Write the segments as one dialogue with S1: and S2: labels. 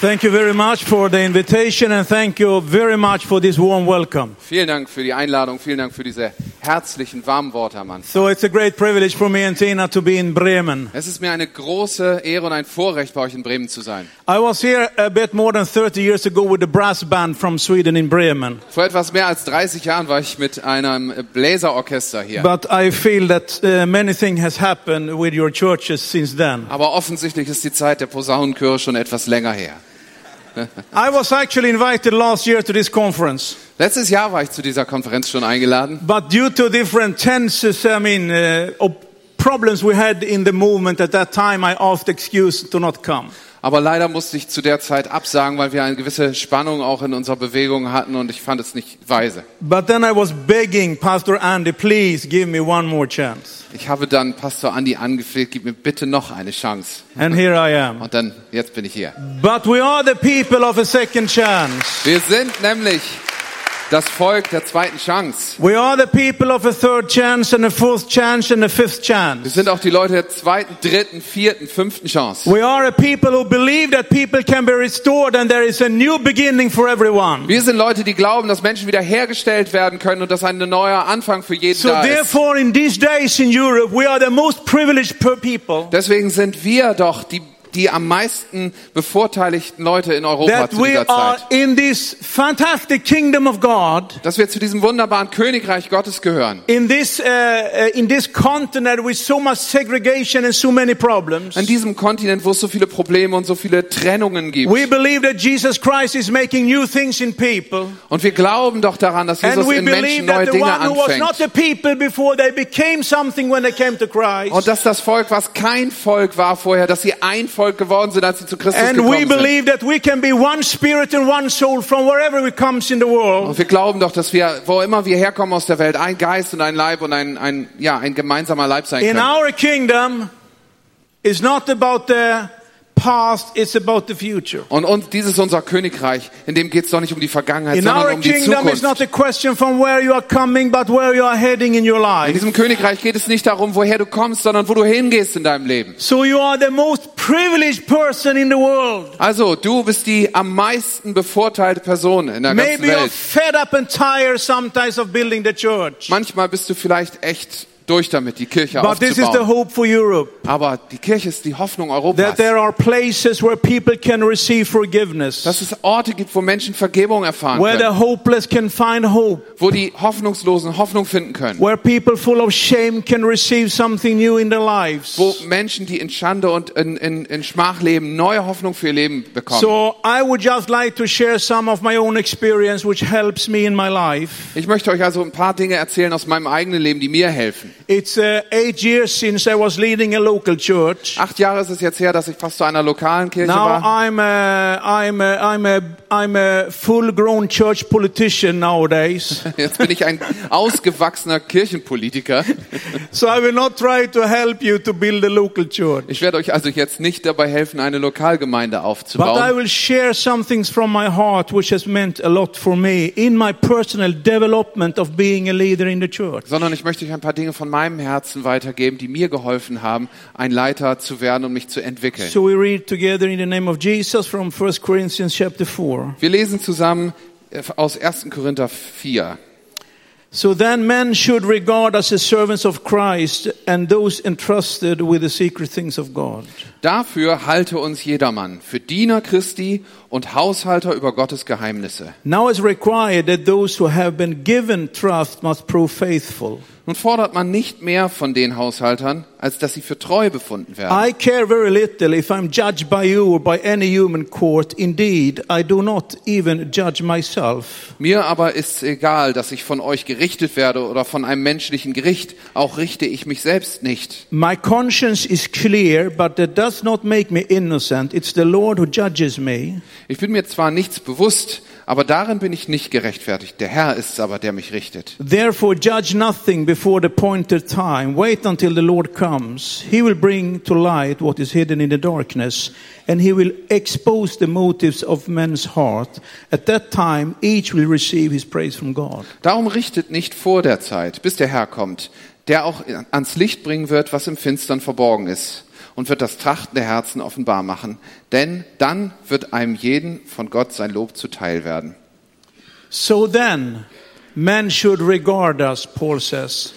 S1: Thank you very much for the invitation and thank you very much for this warm welcome.
S2: Vielen Dank für die Einladung, vielen Dank für diese herzlichen, warmen Worte am Anfang.
S1: So it's a great privilege for me and Tina to be in Bremen.
S2: Es ist mir eine große Ehre und ein Vorrecht, bei euch in Bremen zu sein.
S1: I was here a bit more than 30 years ago with a brass band from Sweden in Bremen,
S2: Vor etwas mehr als 30 Jahren war ich mit einem Bläserorchester hier.
S1: but I feel that uh, many things has happened with your churches since then.
S2: Aber offensichtlich ist die Zeit der Posaunenchöre schon etwas länger her.
S1: I was actually invited last year to this conference,
S2: Letztes Jahr war ich zu dieser Konferenz schon eingeladen,
S1: but due to different tenses, I mean, uh, op- problems we had in the movement at that time, I asked excuse to not come.
S2: aber leider musste ich zu der Zeit absagen, weil wir eine gewisse Spannung auch in unserer Bewegung hatten und ich fand es nicht weise.
S1: But then I was begging Pastor Andy, please give me one more chance.
S2: Ich habe dann Pastor Andi angefleht, gib mir bitte noch eine Chance.
S1: And here I am.
S2: Und dann, jetzt bin ich hier.
S1: But we are the people of a second chance.
S2: Wir sind nämlich das Volk der zweiten Chance.
S1: We are the people of a third chance and a fourth chance and a fifth
S2: Wir
S1: chance.
S2: sind auch die Leute der zweiten, dritten, vierten, fünften Chance.
S1: We are a people who believe that people can be restored and there is a new beginning for everyone.
S2: Wir sind Leute, die glauben, dass Menschen wiederhergestellt werden können und dass ein neuer Anfang für jeden
S1: So
S2: da ist.
S1: therefore in these days in Europe we are the most privileged per people.
S2: Deswegen sind wir doch die, die am meisten bevorteiligten Leute in Europa
S1: That
S2: zu
S1: we
S2: dieser
S1: are
S2: Zeit.
S1: in this fantastic kingdom of God.
S2: Dass wir zu diesem wunderbaren Königreich Gottes gehören.
S1: in this uh, uh, in this continent with so much segregation and so many problems
S2: An diesem Kontinent, wo es so viele Probleme und so viele Trennungen gibt.
S1: we believe that jesus christ is making new things in people
S2: Und wir glauben doch daran, dass
S1: and
S2: Jesus
S1: we
S2: in Menschen
S1: believe
S2: neue
S1: that the
S2: Dinge
S1: one who was not
S2: anfängt.
S1: the people before they became something when they came to
S2: Und
S1: christ
S2: dass das Volk, was kein Volk war vorher, dass sie ein Volk geworden sind, als sie zu Christus
S1: and we
S2: gekommen sind.
S1: believe that we can be one spirit and one soul from wherever we comes in the world
S2: Und wir glauben doch, dass wir, wo immer wir herkommen aus der Welt, ein Geist und ein Leib und ein, ein, ja, ein gemeinsamer Leib sein
S1: in
S2: können.
S1: our kingdom it's not about the past it's about the future
S2: Und, und dieses ist unser Königreich, in dem geht es doch nicht um die Vergangenheit,
S1: in
S2: sondern
S1: our
S2: um die
S1: kingdom it's not
S2: Zukunft.
S1: a question from where you are coming but where you are heading in your life
S2: In diesem Königreich geht es nicht darum, woher du kommst, sondern wo du hingehst in deinem Leben.
S1: So you are the most privileged person in the world.
S2: Also, du bist die am meisten bevorteilte Person in der ganzen
S1: Maybe you're
S2: Welt.
S1: fed up and tired sometimes of building the church.
S2: Manchmal bist du vielleicht echt durch damit, die Kirche
S1: But this is the
S2: aufzubauen.
S1: hope for Europe
S2: Aber die Kirche ist die Hoffnung Europas.
S1: that there are places where people can receive forgiveness,
S2: Dass es Orte gibt, wo Menschen Vergebung erfahren
S1: where the
S2: können.
S1: hopeless can find hope,
S2: Wo die Hoffnungslosen Hoffnung finden können.
S1: where people full of shame can receive something new in their lives.
S2: Wo Menschen, die in Schande und in, in, in Schmach leben, neue Hoffnung für ihr Leben bekommen.
S1: So I would just like to share some of my own experience which helps me in my life.
S2: Ich möchte euch also ein paar Dinge erzählen aus meinem eigenen Leben, die mir helfen.
S1: It's uh, 8 years since I was leading a local church.
S2: Acht Jahre ist es jetzt her, dass ich Pastor einer lokalen Kirche
S1: Now
S2: war.
S1: I'm a, I'm a, I'm a, I'm a full-grown church politician nowadays,
S2: Jetzt bin ich ein ausgewachsener Kirchenpolitiker.
S1: so I will not try to help you to build a local church.
S2: Ich werde euch also jetzt nicht dabei helfen, eine Lokalgemeinde
S1: But I
S2: aufzubauen.
S1: will share some things from my heart which has meant a lot for me in my personal development of being a leader in the church.
S2: sondern ich möchte euch ein paar Dinge von meinem Herzen weitergeben, die mir geholfen haben, ein Leiter zu werden und mich zu entwickeln.
S1: So we read together in the name of Jesus from 1 Corinthians chapter 4.
S2: Wir lesen zusammen äh, aus 1. Korinther 4.
S1: So then men should regard us as servants of Christ and those entrusted with the secret things of God.
S2: Dafür halte uns jedermann für Diener Christi und Haushalter über Gottes Geheimnisse.
S1: Now it's required that those who have been given trust must prove faithful.
S2: Nun fordert man nicht mehr von den Haushaltern, als dass sie für treu befunden werden.
S1: I care very little if I'm judged by you or by any human court. Indeed, I do not even judge myself.
S2: Mir aber ist's egal, dass ich von euch gerichtet werde oder von einem menschlichen Gericht. Auch richte ich mich selbst nicht.
S1: My conscience is clear, but that does not make me innocent. It's the Lord who judges me.
S2: Ich bin mir zwar nichts bewusst, aber darin bin ich nicht gerechtfertigt. Der Herr ist es aber, der mich richtet.
S1: Therefore, judge nothing before the appointed time. Wait until the Lord comes. He will bring to light what is hidden in the darkness, and he will expose the motives of men's heart. At that time, each will receive his praise from God.
S2: Darum richtet nicht vor der Zeit, bis der Herr kommt, der auch ans Licht bringen wird, was im Finstern verborgen ist. und wird das Trachten der Herzen offenbar machen. Denn dann wird einem jeden von Gott sein Lob zuteil werden.
S1: So then, men should regard us, Paul says.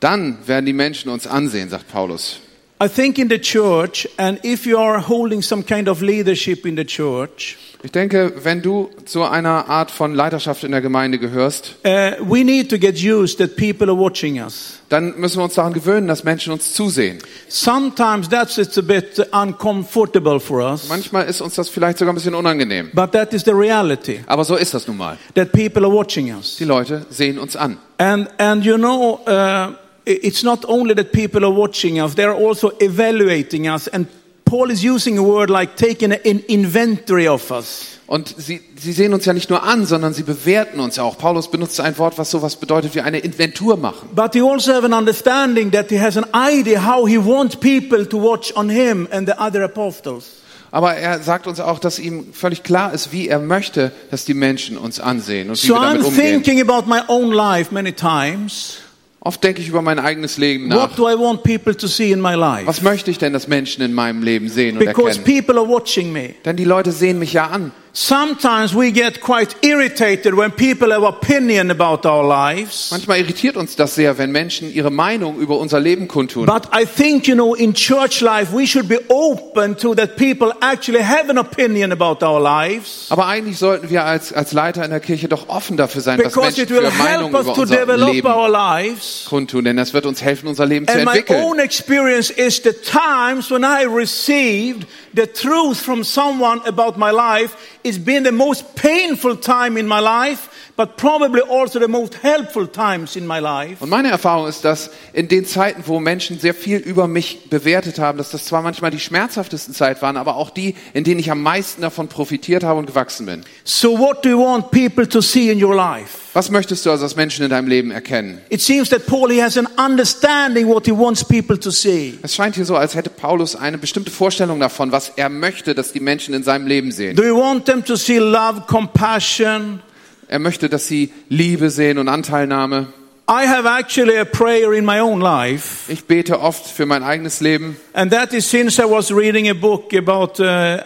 S2: Dann werden die Menschen uns ansehen, sagt Paulus.
S1: I think in the church, and if you are holding some kind of leadership in the church,
S2: Ich denke, wenn du zu einer Art von Leiterschaft in der Gemeinde gehörst,
S1: uh, we need to get used that people are watching us.
S2: dann müssen wir uns daran gewöhnen, dass Menschen uns zusehen.
S1: Sometimes that's it's a bit uncomfortable for us,
S2: Manchmal ist uns das vielleicht sogar ein bisschen unangenehm.
S1: but that is the reality
S2: Aber so ist das nun mal.
S1: that people are watching us.
S2: Die Leute sehen uns an.
S1: And and you know, uh, it's not only that people are watching us; they are also evaluating us. And Paul is using a word like taking an inventory of us.
S2: Und sie, sie sehen uns ja nicht nur an, sondern sie bewerten uns auch. Paulus benutzt ein Wort, was sowas bedeutet wie eine Inventur machen.
S1: But he also have an understanding that he has an idea how he wants people to watch on him and the other apostles.
S2: Aber er sagt uns auch, dass ihm völlig klar ist, wie er möchte, dass die Menschen uns ansehen und wie
S1: So
S2: wir
S1: I'm
S2: damit umgehen.
S1: thinking about my own life many times.
S2: Oft denke ich über mein eigenes Leben
S1: What
S2: nach.
S1: do I want people to see in my life?
S2: Was möchte ich denn, dass Menschen in meinem Leben sehen und
S1: Because
S2: erkennen?
S1: people are watching me.
S2: Denn die Leute sehen mich ja an.
S1: Sometimes we get quite irritated when people have opinion about our lives.
S2: Manchmal irritiert uns das sehr, wenn Menschen ihre Meinung über unser Leben kundtun.
S1: But I think, you know, in church life, we should be open to that people actually have an opinion about our lives.
S2: Aber eigentlich sollten wir als, als Leiter in der Kirche doch offen dafür sein, dass
S1: Because
S2: Menschen
S1: it
S2: ihre
S1: will help
S2: Meinung über
S1: us to
S2: unser
S1: develop
S2: Leben
S1: our lives.
S2: kundtun. Denn das wird uns helfen, unser Leben zu
S1: And my
S2: entwickeln.
S1: own experience is the times when I received the truth from someone about my life. It's been the most painful time in my life, but probably also the most helpful times in my life.
S2: Und meine Erfahrung ist, dass in den Zeiten, wo Menschen sehr viel über mich bewertet haben, dass das zwar manchmal die schmerzhaftesten Zeit waren, aber auch die, in denen ich am meisten davon profitiert habe und gewachsen bin.
S1: So what do you want people to see in your life?
S2: Was möchtest du also, dass Menschen in deinem Leben erkennen?
S1: It seems that Paul he has an understanding what he wants people to see.
S2: Es scheint hier so, als hätte Paulus eine bestimmte Vorstellung davon, was er möchte, dass die Menschen in seinem Leben sehen.
S1: Do you want them to see love, compassion?
S2: Er möchte, dass sie Liebe sehen und Anteilnahme.
S1: I have actually a prayer in my own life,
S2: Ich bete oft für mein eigenes Leben.
S1: and that is since I was reading a book about uh,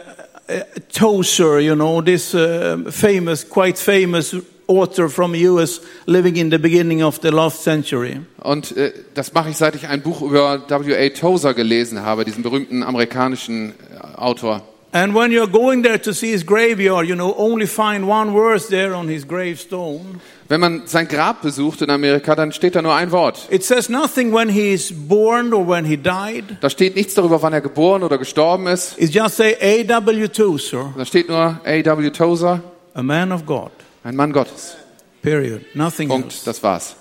S1: uh, Tozer, you know, this uh, famous, quite famous author from US living in the beginning of the last century.
S2: Und äh, das mache ich, seit ich ein Buch über W.A. Tozer gelesen habe, diesen berühmten amerikanischen äh, Autor.
S1: And when you're going there to see his graveyard, you know, only find one verse there on his gravestone.
S2: Wenn man sein Grab besucht in Amerika, dann steht da nur ein Wort.
S1: It says nothing when he is born or when he died.
S2: Da steht nichts darüber, wann er geboren oder gestorben ist.
S1: It just say A.W. Tozer,
S2: Da steht nur A.W. Tozer,
S1: a man of God.
S2: ein Mann Gottes.
S1: Period. Nothing else.
S2: Punkt, das war's.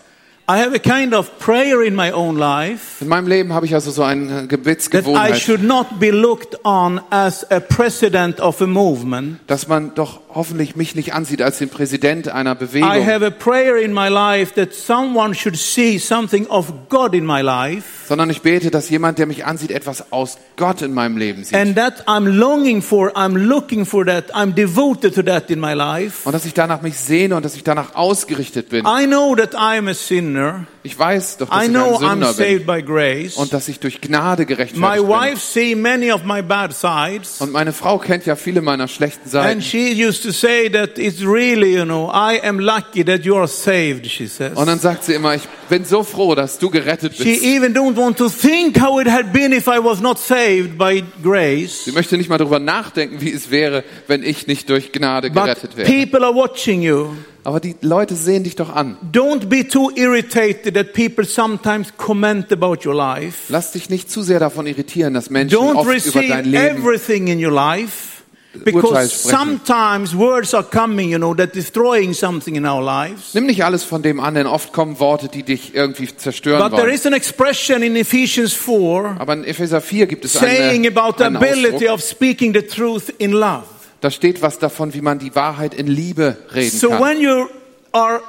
S1: I have a kind of prayer in my own life
S2: In meinem Leben habe ich also so eine
S1: that I
S2: Gebetsgewohnheit,
S1: should not be looked on as a president of a movement.
S2: dass man doch hoffentlich mich nicht ansieht als den Präsident einer
S1: I
S2: Bewegung,
S1: have a prayer in my life that someone should see something of God in my life
S2: sondern ich bete, dass jemand, der mich ansieht, etwas aus Gott in meinem Leben sieht.
S1: and that I'm longing for, I'm looking for that, I'm devoted to that in my life.
S2: Und dass ich danach mich sehne und dass ich danach ausgerichtet bin.
S1: I know that I'm a sinner.
S2: Ich weiß doch, dass
S1: I
S2: ich ein
S1: know I'm
S2: Sünder bin
S1: saved by grace.
S2: und dass ich durch Gnade
S1: My
S2: gerechtfertigt bin.
S1: wife see many of my bad sides.
S2: Und meine Frau kennt ja viele meiner schlechten Seiten.
S1: And she used to say that it's really, you know, I am lucky that you are saved, she says.
S2: Und dann sagt sie immer, ich bin so froh, dass du gerettet bist.
S1: She even don't want to think how it had been if I was not saved by grace.
S2: Sie möchte nicht mal darüber nachdenken, wie es wäre, wenn ich nicht durch Gnade
S1: But
S2: gerettet wäre.
S1: people are watching you.
S2: Aber die Leute sehen dich doch an.
S1: Don't be too irritated that people sometimes comment about your life.
S2: Lass dich nicht zu sehr davon irritieren, dass Menschen
S1: Don't
S2: oft über dein
S1: receive
S2: Leben...
S1: everything in your life.
S2: Urteil
S1: Because
S2: sprechen.
S1: sometimes words are coming, you know, that destroying something in our lives.
S2: Nimm nicht alles von dem an, denn oft kommen Worte, die dich irgendwie zerstören
S1: But there
S2: wollen.
S1: is an expression in Ephesians 4
S2: Aber in Epheser 4 gibt es
S1: saying
S2: eine,
S1: about the
S2: einen
S1: ability
S2: Ausdruck.
S1: of speaking the truth in love.
S2: Da steht was davon, wie man die Wahrheit in Liebe reden
S1: So
S2: kann.
S1: when you are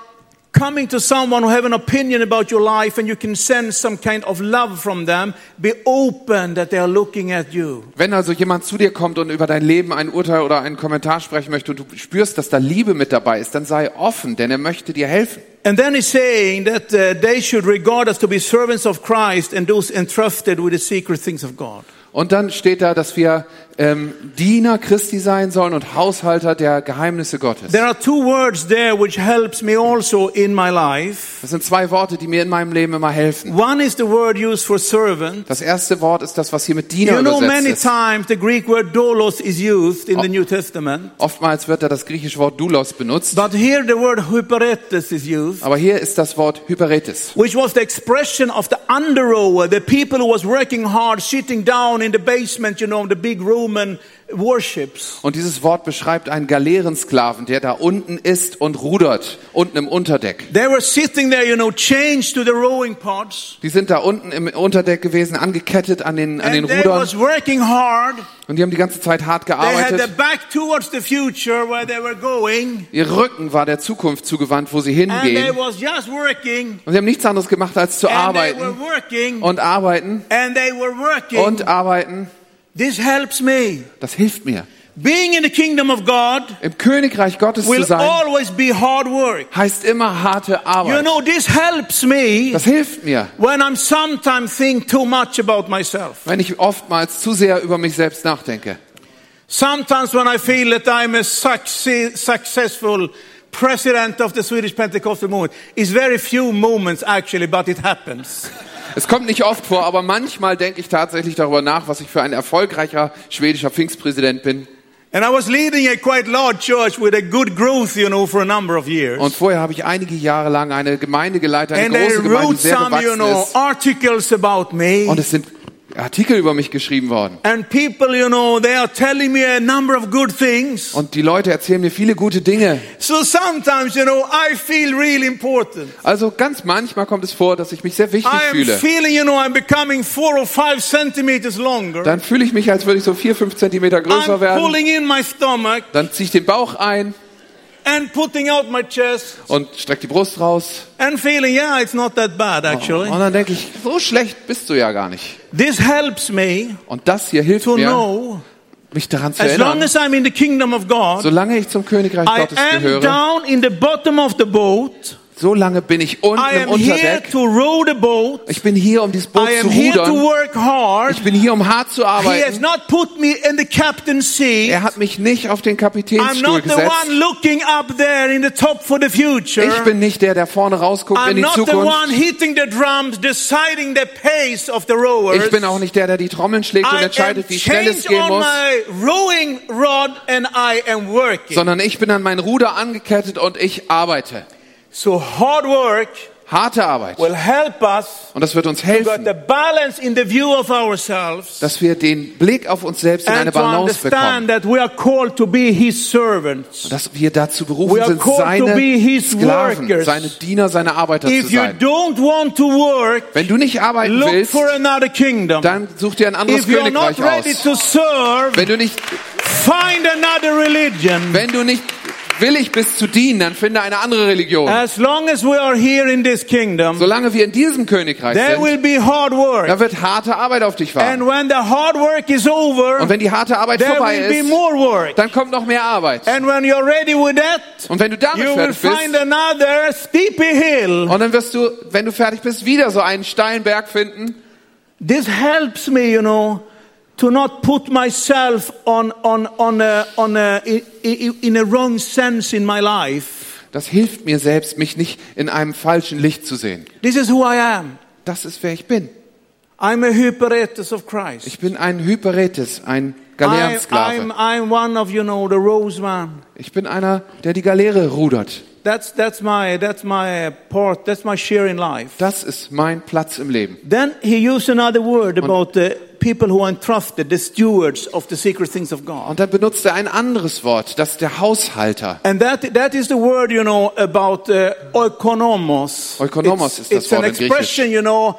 S1: coming to someone who have an opinion about your life and you can sense some kind of love from them, be open that they are looking at you.
S2: Wenn also jemand zu dir kommt und über dein Leben ein Urteil oder einen Kommentar sprechen möchte und du spürst, dass da Liebe mit dabei ist, dann sei offen, denn er möchte dir helfen.
S1: And then he's saying that uh, they should regard us to be servants of Christ and those entrusted with the secret things of God.
S2: Und dann steht da, dass wir ähm, Diener Christi sein sollen und Haushalter der Geheimnisse Gottes.
S1: There are two words there which helps me also in my life.
S2: Das sind zwei Worte, die mir in meinem Leben immer helfen.
S1: One is the word used for servant.
S2: Das erste Wort ist das, was hier mit Diener
S1: You know, many
S2: übersetzt ist.
S1: times the Greek word doulos is used in the New Testament,
S2: Oftmals wird da das griechische Wort doulos benutzt,
S1: but here the word hyperetes is used,
S2: aber hier ist das Wort hyperetes.
S1: which was the expression of the under-rower, the people who was working hard, sitting down in the basement, you know, the big Roman worships.
S2: Und dieses Wort beschreibt einen Galeerensklaven, der da unten ist und rudert, unten im Unterdeck.
S1: They were sitting there, you know, chained to the rowing pods,
S2: Die sind da unten im Unterdeck gewesen, angekettet an den, an den
S1: and they
S2: Rudern.
S1: was working hard.
S2: Und die haben die ganze Zeit hart
S1: They had their
S2: gearbeitet.
S1: back towards the future where they were going,
S2: Ihr Rücken war der Zukunft zugewandt, wo sie
S1: and they
S2: hingehen.
S1: was just working,
S2: Und sie haben nichts anderes gemacht, als zu
S1: and they were
S2: arbeiten
S1: working,
S2: und arbeiten
S1: and they were working.
S2: und arbeiten.
S1: This helps me.
S2: Das hilft mir.
S1: Being in the kingdom of God
S2: Im Königreich Gottes zu
S1: will
S2: sein,
S1: always be hard work.
S2: heißt immer harte
S1: You
S2: Arbeit.
S1: know, this helps me
S2: Das hilft mir,
S1: when I'm sometimes think too much about myself.
S2: wenn ich oftmals zu sehr über mich selbst nachdenke.
S1: Sometimes when I feel that I'm a succe- successful president of the Swedish Pentecostal movement, it's very few moments actually, but it happens.
S2: Es kommt nicht oft vor, aber manchmal denke ich tatsächlich darüber nach, was ich für ein erfolgreicher schwedischer Pfingstpräsident bin.
S1: And I was leading a quite large church with a good growth, you know, for a number of years.
S2: Und vorher habe ich einige Jahre lang eine Gemeinde geleitet, eine
S1: And they
S2: große Gemeinde,
S1: wrote
S2: die sehr
S1: some, you
S2: gewachsen
S1: know,
S2: ist.
S1: articles about me.
S2: Und es sind Artikel über mich geschrieben worden.
S1: And people, you know, they are telling me a number of good things.
S2: Und die Leute erzählen mir viele gute Dinge.
S1: So sometimes, you know, I feel really important.
S2: Also ganz manchmal kommt es vor, dass ich mich sehr wichtig
S1: I am
S2: fühle.
S1: feeling, you know, I'm becoming four or five centimeters longer.
S2: Dann fühle ich mich, als würde ich so vier, fünf Zentimeter größer
S1: I'm
S2: werden.
S1: pulling in my stomach
S2: Dann ziehe ich den Bauch ein
S1: and putting out my chest
S2: und strecke die Brust raus.
S1: and feeling, yeah, it's not that bad actually.
S2: Und dann denke ich, so schlecht bist du ja gar nicht.
S1: This helps me
S2: Und das hier hilft
S1: to
S2: mir,
S1: know,
S2: mich daran zu
S1: as long
S2: erinnern.
S1: as I'm in the kingdom of God,
S2: Solange ich zum Königreich
S1: I
S2: Gottes
S1: am
S2: gehöre,
S1: down in the bottom of the boat.
S2: solange bin ich unten
S1: I
S2: im
S1: am here
S2: Unterdeck.
S1: to row the boat.
S2: Ich bin hier, um dieses Boot
S1: I
S2: zu
S1: am here to
S2: rudern.
S1: work hard.
S2: Ich bin hier, um hart zu
S1: He has
S2: arbeiten.
S1: not put me in the captain's seat.
S2: Er hat mich nicht auf den
S1: I'm
S2: Kapitänsstuhl
S1: not the one
S2: gesetzt.
S1: looking up there in the top for the
S2: Ich
S1: future.
S2: bin nicht der, der vorne rausguckt in
S1: I'm
S2: die
S1: not the one
S2: Zukunft.
S1: hitting the drums, deciding the pace of the rowers.
S2: Ich bin auch nicht der, der die Trommeln schlägt und
S1: I am
S2: entscheidet, wie schnell es
S1: changed
S2: gehen
S1: on
S2: muss.
S1: my rowing rod and I am working.
S2: sondern ich bin an mein Ruder angekettet und ich arbeite.
S1: So hard work
S2: Harte Arbeit.
S1: will help us
S2: Und das wird uns
S1: to get
S2: helfen,
S1: the balance in the view of ourselves
S2: dass wir den Blick auf uns selbst in eine
S1: and to
S2: Balance bekommen.
S1: understand that we are called to be His servants.
S2: Dass wir dazu
S1: We
S2: berufen
S1: are
S2: sind,
S1: called to be
S2: seine
S1: his
S2: Sklaven,
S1: workers.
S2: seine Diener, seine Arbeiter zu
S1: If you
S2: sein.
S1: don't want to work,
S2: Wenn du nicht arbeiten
S1: look
S2: willst,
S1: for another kingdom.
S2: dann such dir ein anderes
S1: If you're not
S2: Königreich
S1: ready
S2: aus.
S1: to serve,
S2: Wenn du nicht,
S1: find another religion.
S2: wenn du nicht willig bist zu dienen, dann finde eine andere Religion.
S1: As long as we are here in this kingdom,
S2: Solange wir in diesem Königreich
S1: there
S2: sind,
S1: will be hard work.
S2: dann wird harte Arbeit auf dich warten.
S1: And when the hard work is
S2: Und
S1: over,
S2: wenn die harte Arbeit
S1: there
S2: vorbei
S1: will be
S2: ist,
S1: more work.
S2: dann kommt noch mehr Arbeit.
S1: And when you're ready with that,
S2: Und wenn du
S1: you
S2: damit
S1: will
S2: fertig bist,
S1: find another steepy hill.
S2: Und dann wirst du, wenn du fertig bist, wieder so einen steilen Berg finden.
S1: This helps me, you know, to not put myself on, on, on, a, on a, i- i- in a wrong sense in my life.
S2: Das hilft mir selbst, mich nicht in einem falschen Licht zu sehen.
S1: This is who I am.
S2: Das ist wer ich bin.
S1: I'm a hyperetes of Christ.
S2: Ich bin ein Hyperetes, ein
S1: I, I'm,
S2: Galeerensklave.
S1: I'm one of, you know, the rose man.
S2: Ich bin einer, der die Galeere rudert.
S1: That's, that's, my, that's my part, that's my share in life.
S2: Das ist mein Platz im Leben.
S1: Then he used another word about the people who are entrusted, the stewards of the secret things of God.
S2: Und dann benutzt er ein anderes Wort, das ist der Haushalter.
S1: And that, that is the word, you know, about uh, oikonomos.
S2: Oikonomos
S1: it's,
S2: ist das
S1: It's
S2: Wort
S1: an
S2: in Griechisch.
S1: expression, you know,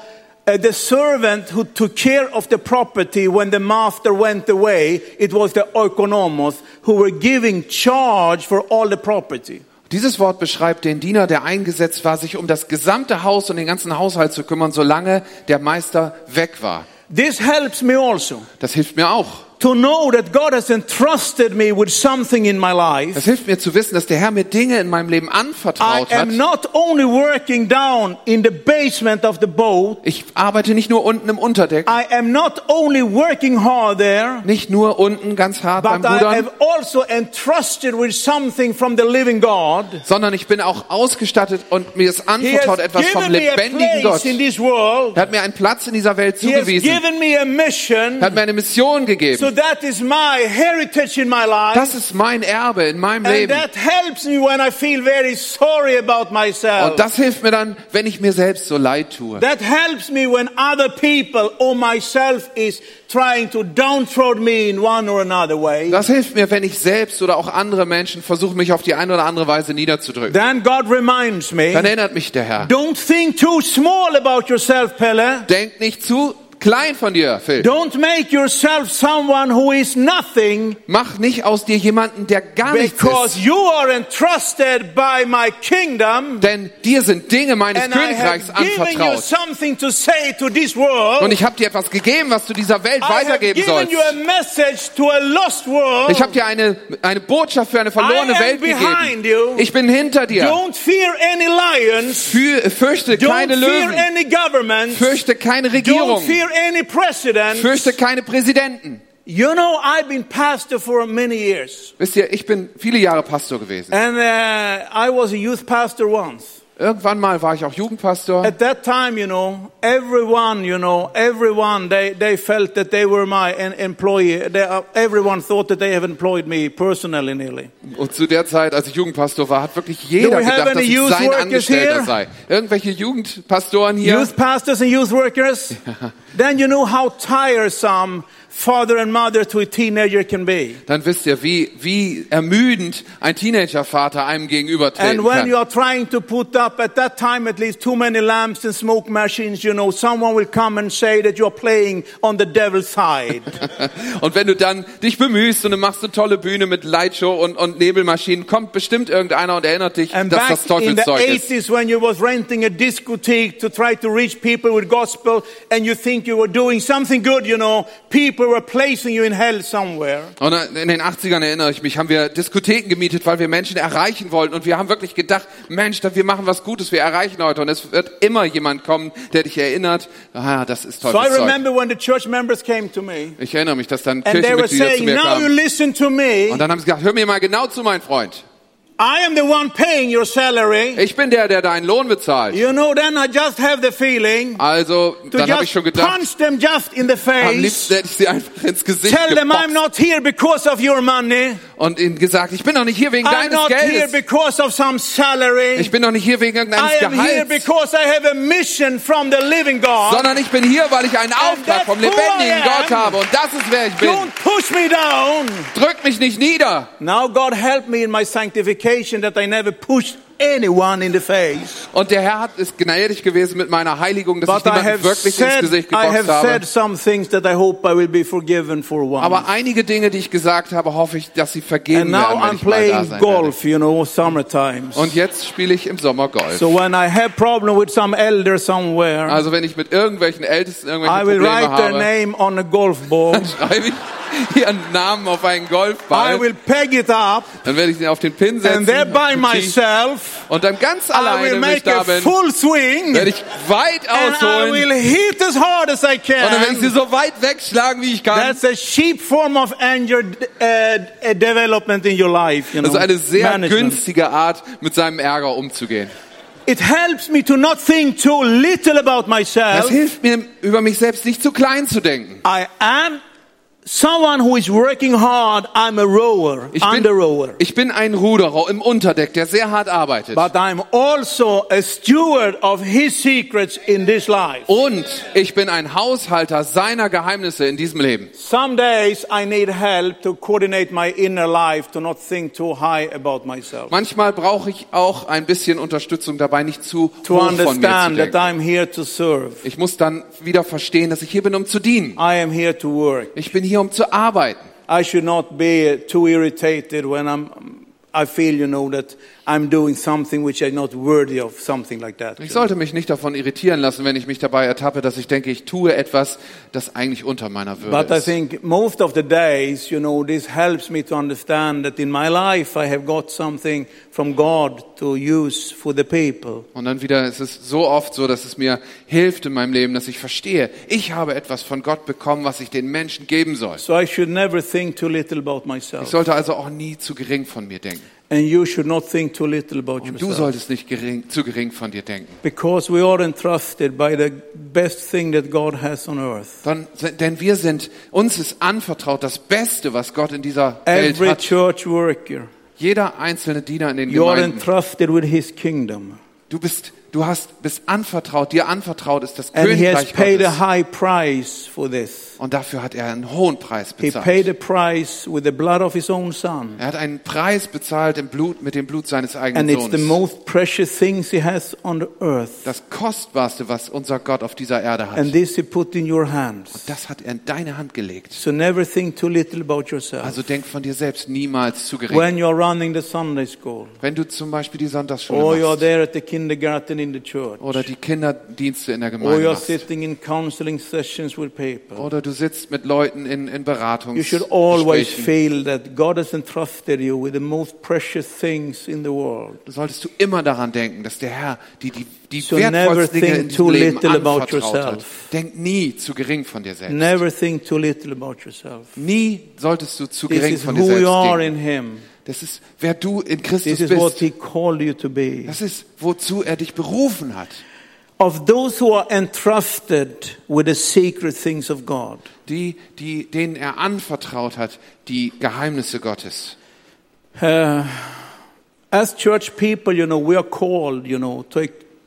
S1: uh, the servant who took care of the property when the master went away, it was the oikonomos who were giving charge for all the property.
S2: Dieses Wort beschreibt den Diener, der eingesetzt war, sich um das gesamte Haus und den ganzen Haushalt zu kümmern, solange der Meister weg war.
S1: This helps me also.
S2: Das hilft mir auch.
S1: to know that God has entrusted me with something in my life.
S2: Das hilft mir zu wissen, dass der Herr mir Dinge in meinem Leben
S1: I
S2: anvertraut hat.
S1: am not only working down in the basement of the boat,
S2: Ich arbeite nicht nur unten im Unterdeck,
S1: I am not only working hard there,
S2: nicht nur unten ganz hart beim
S1: but I
S2: Rudern,
S1: am also entrusted with something from the living God.
S2: sondern ich bin auch ausgestattet und mir ist
S1: He
S2: anvertraut
S1: has
S2: etwas vom
S1: given me a
S2: lebendigen
S1: place
S2: Gott.
S1: in
S2: Er
S1: this world.
S2: hat mir einen Platz in dieser Welt
S1: He has
S2: zugewiesen.
S1: given me a mission.
S2: Er hat mir eine Mission
S1: So
S2: gegeben.
S1: that is my heritage in my life.
S2: Das ist mein Erbe in meinem
S1: And
S2: Leben.
S1: that helps me when I feel very sorry about myself.
S2: Und das hilft mir dann, wenn ich mir selbst so leid tue.
S1: That helps me when other people or myself is trying to downthrow me in one or another way.
S2: Das hilft mir, wenn ich selbst oder auch andere Menschen versuchen, mich auf die eine oder andere Weise niederzudrücken.
S1: Then God reminds me,
S2: Dann erinnert mich der Herr.
S1: don't think too small about yourself, Pelle.
S2: Denk nicht zu klein von dir, Phil.
S1: Don't make yourself someone who is nothing
S2: Mach nicht aus dir jemanden, der gar nichts
S1: because
S2: ist.
S1: you are entrusted by my kingdom
S2: Denn dir sind Dinge meines
S1: and I
S2: Königreichs
S1: have given you
S2: anvertraut.
S1: something to say to this world.
S2: Und ich habe dir etwas gegeben, was du dieser Welt
S1: I have
S2: weitergeben
S1: given
S2: sollst.
S1: you a message to a lost world.
S2: Ich habe dir eine, eine Botschaft für eine
S1: I
S2: verlorene
S1: am
S2: Welt
S1: behind you.
S2: gegeben. Ich bin hinter dir.
S1: Don't fear any lions.
S2: Für, fürchte
S1: Don't
S2: keine
S1: fear
S2: Löwen.
S1: any government.
S2: Fürchte keine
S1: Don't
S2: Regierung.
S1: fear any president.
S2: Fürchte keine Präsidenten.
S1: You know, I've been pastor for many years.
S2: Wisst ihr, ich bin viele Jahre Pastor gewesen.
S1: And uh, I was a youth pastor once.
S2: Irgendwann mal war ich auch Jugendpastor.
S1: At that time, you know, everyone, you know, everyone, they, they felt that they were my en- employee. They, uh, everyone thought that they have employed me personally, nearly.
S2: Und zu der Zeit, als ich Jugendpastor war, hat wirklich jeder
S1: we have
S2: gedacht, dass
S1: any
S2: ich
S1: youth
S2: sein
S1: workers
S2: Angestellter
S1: here?
S2: sei. Irgendwelche Jugendpastoren hier.
S1: Youth pastors and youth workers. then you know how tiresome father and mother to a teenager can be.
S2: Dann wisst ihr, wie, wie ermüdend ein Teenagervater einem gegenüber
S1: And
S2: treten
S1: when you
S2: kann.
S1: are trying to put up at that time at least too many lamps and smoke machines, you know, someone will come and say that you're playing on the devil's side.
S2: Und wenn du dann dich bemühst und du machst eine tolle Bühne mit Lightshow und, und Nebelmaschinen, kommt bestimmt irgendeiner und erinnert dich,
S1: And
S2: dass das
S1: back in the
S2: Teufelszeug ist.
S1: 80s when you was renting a discotheque to try to reach people with gospel and you think you were doing something good, you know, people were placing you in hell somewhere.
S2: Und äh, in den 80ern erinnere ich mich, haben wir Diskotheken gemietet, weil wir Menschen erreichen wollten. Und wir haben wirklich gedacht, Mensch, wir machen was Gutes, wir erreichen heute. Und es wird immer jemand kommen, der dich erinnert, ah, das ist
S1: So I
S2: Teufelszeug.
S1: remember when the church members came to me.
S2: Ich erinnere mich, dass dann
S1: And they were
S2: Kirchenmitglieder zu
S1: saying,
S2: mir
S1: now you
S2: kamen.
S1: listen to me.
S2: Und dann haben sie gesagt, hör mir mal genau zu, mein Freund.
S1: I am the one paying your salary.
S2: Ich bin der, der deinen Lohn bezahlt.
S1: You know, then I just have the feeling
S2: Also,
S1: to
S2: dann habe ich
S1: just
S2: schon gedacht,
S1: punch them just in the
S2: am liebsten
S1: face.
S2: hätte ich sie einfach ins Gesicht
S1: Tell them I'm
S2: geboxt
S1: not here because of your money.
S2: und ihnen gesagt, ich bin doch nicht hier wegen
S1: I'm
S2: deines
S1: not here
S2: Geldes.
S1: because of some salary.
S2: Ich bin doch nicht hier wegen
S1: I
S2: irgendeines
S1: am here
S2: Gehalts.
S1: because I have a mission from the living God.
S2: sondern ich bin hier, weil ich einen Auftrag vom lebendigen Gott habe und das ist wer ich bin.
S1: Don't push me down.
S2: Drück mich nicht nieder.
S1: Now God help me in my sanctification that I never pushed anyone in the face.
S2: Und der Herr hat ist gnädig gewesen mit meiner Heiligung, dass
S1: But
S2: ich
S1: I
S2: niemanden
S1: have
S2: wirklich ins
S1: said,
S2: Gesicht
S1: I have
S2: geboxt habe.
S1: said some things that I hope I will be forgiven for one.
S2: Aber einige Dinge, die ich gesagt habe, hoffe ich, dass sie
S1: And
S2: vergeben
S1: now
S2: werden, wenn
S1: I'm
S2: ich mal da
S1: playing
S2: sein werde.
S1: golf, you know, summer times.
S2: Und jetzt spiele ich im Sommer Golf.
S1: So when I have problem with some elder somewhere,
S2: Also wenn ich mit irgendwelchen Ältesten
S1: I
S2: irgendwelche
S1: will
S2: Probleme
S1: write their
S2: habe,
S1: name on a golf ball.
S2: dann schreibe ich ihren Namen auf einen
S1: I
S2: Golfball.
S1: will peg it up,
S2: Dann werde ich sie auf den Pin
S1: and there by
S2: setzen.
S1: myself,
S2: Und dann ganz
S1: I will
S2: alleine, wenn ich
S1: make
S2: da
S1: a
S2: bin,
S1: full swing,
S2: werde
S1: and
S2: ich weit
S1: I
S2: ausholen.
S1: will hit as hard as I
S2: Und dann werde ich sie
S1: can.
S2: so weit wegschlagen, wie ich kann.
S1: That's a cheap form of anger uh, development in your life, you know.
S2: Das ist Also eine sehr
S1: management.
S2: günstige Art, mit seinem Ärger umzugehen.
S1: It helps me to not think too little about myself.
S2: Das hilft mir, über mich selbst nicht zu klein zu denken.
S1: I am someone who is working hard. I'm a rower,
S2: Ich
S1: under
S2: bin,
S1: rower.
S2: ich bin ein Ruderer im Unterdeck, der sehr hart arbeitet.
S1: But I'm also a steward of his secrets in this life.
S2: Und ich bin ein Haushalter seiner Geheimnisse in diesem Leben.
S1: Some days I need help to coordinate my inner life to not think too high about myself.
S2: Manchmal brauche ich auch ein bisschen Unterstützung dabei, nicht zu
S1: To
S2: hoch von mir zu
S1: understand that
S2: denken.
S1: I'm here to serve.
S2: Ich muss dann wieder verstehen, dass ich hier bin, um zu dienen.
S1: I am here to work.
S2: Ich bin hier, um zu arbeiten.
S1: I should not be too irritated when I'm I feel, you know, that I'm doing something which I'm not worthy of, something like that.
S2: Ich sollte mich nicht davon irritieren lassen, wenn ich mich dabei ertappe, dass ich denke, ich tue etwas, das eigentlich unter meiner
S1: But
S2: Würde
S1: I
S2: ist.
S1: think most of the days, you know, this helps me to understand that in my life I have got something from God to use for the people.
S2: Und dann wieder, es ist so oft so, dass es mir hilft in meinem Leben, dass ich verstehe, ich habe etwas von Gott bekommen, was ich den Menschen geben soll.
S1: So I should never think too little about
S2: Ich
S1: myself.
S2: sollte also auch nie zu gering von mir denken.
S1: And you should not think too little about
S2: Und du
S1: yourself.
S2: solltest nicht gering, zu gering von dir denken.
S1: Because we are entrusted by the best thing that God has on earth.
S2: Dann, denn wir sind, uns ist anvertraut das Beste, was Gott in dieser Welt
S1: Every
S2: hat.
S1: church worker,
S2: Jeder einzelne Diener in den
S1: you are
S2: Gemeinden.
S1: entrusted with His kingdom.
S2: Du bist, du hast, bist anvertraut, dir anvertraut ist das
S1: And He has
S2: Königreich
S1: paid a
S2: Gottes.
S1: high price for this.
S2: Und dafür hat er einen hohen Preis
S1: He paid
S2: bezahlt.
S1: a price with the blood of His own Son.
S2: Er hat einen Preis bezahlt im Blut, mit dem Blut seines
S1: And
S2: eigenen
S1: it's the
S2: Sohnes.
S1: most precious things He has on the earth.
S2: Das Kostbarste, was unser Gott auf dieser Erde
S1: And
S2: hat.
S1: this He put in your hands.
S2: Das hat er in deine Hand gelegt.
S1: So never think too little about yourself.
S2: Also denk von dir selbst niemals zu gering.
S1: When you're running the Sunday school,
S2: Wenn du zum Beispiel die
S1: or
S2: Sonntagsschule
S1: you're
S2: machst
S1: there at the kindergarten in the church,
S2: oder die Kinderdienste in der
S1: or
S2: Gemeinde
S1: you're
S2: machst.
S1: sitting in counseling sessions with people,
S2: Oder du sitzt mit Leuten in, in
S1: you should always
S2: Beratungsgesprächen.
S1: feel that God has entrusted you with the most precious things in the world.
S2: Du solltest du immer daran denken, dass der Herr die, die, die
S1: So
S2: wertvollsten
S1: never
S2: Dinge
S1: think
S2: in diesem
S1: too
S2: Leben
S1: little about
S2: anvertraut hat.
S1: yourself.
S2: Denk nie zu gering von dir selbst.
S1: Never think too little about yourself.
S2: Nie solltest du zu
S1: This
S2: gering
S1: is
S2: von dir
S1: who you
S2: selbst
S1: are
S2: denken.
S1: in Him.
S2: Das ist, wer du in Christus
S1: This is what
S2: bist.
S1: He called you to be.
S2: Das ist, wozu er dich berufen hat.
S1: Of those who are entrusted with the secret things of God,
S2: Die, die, denen er anvertraut hat, die Geheimnisse Gottes.
S1: as church people, you know, we are called, you know, to,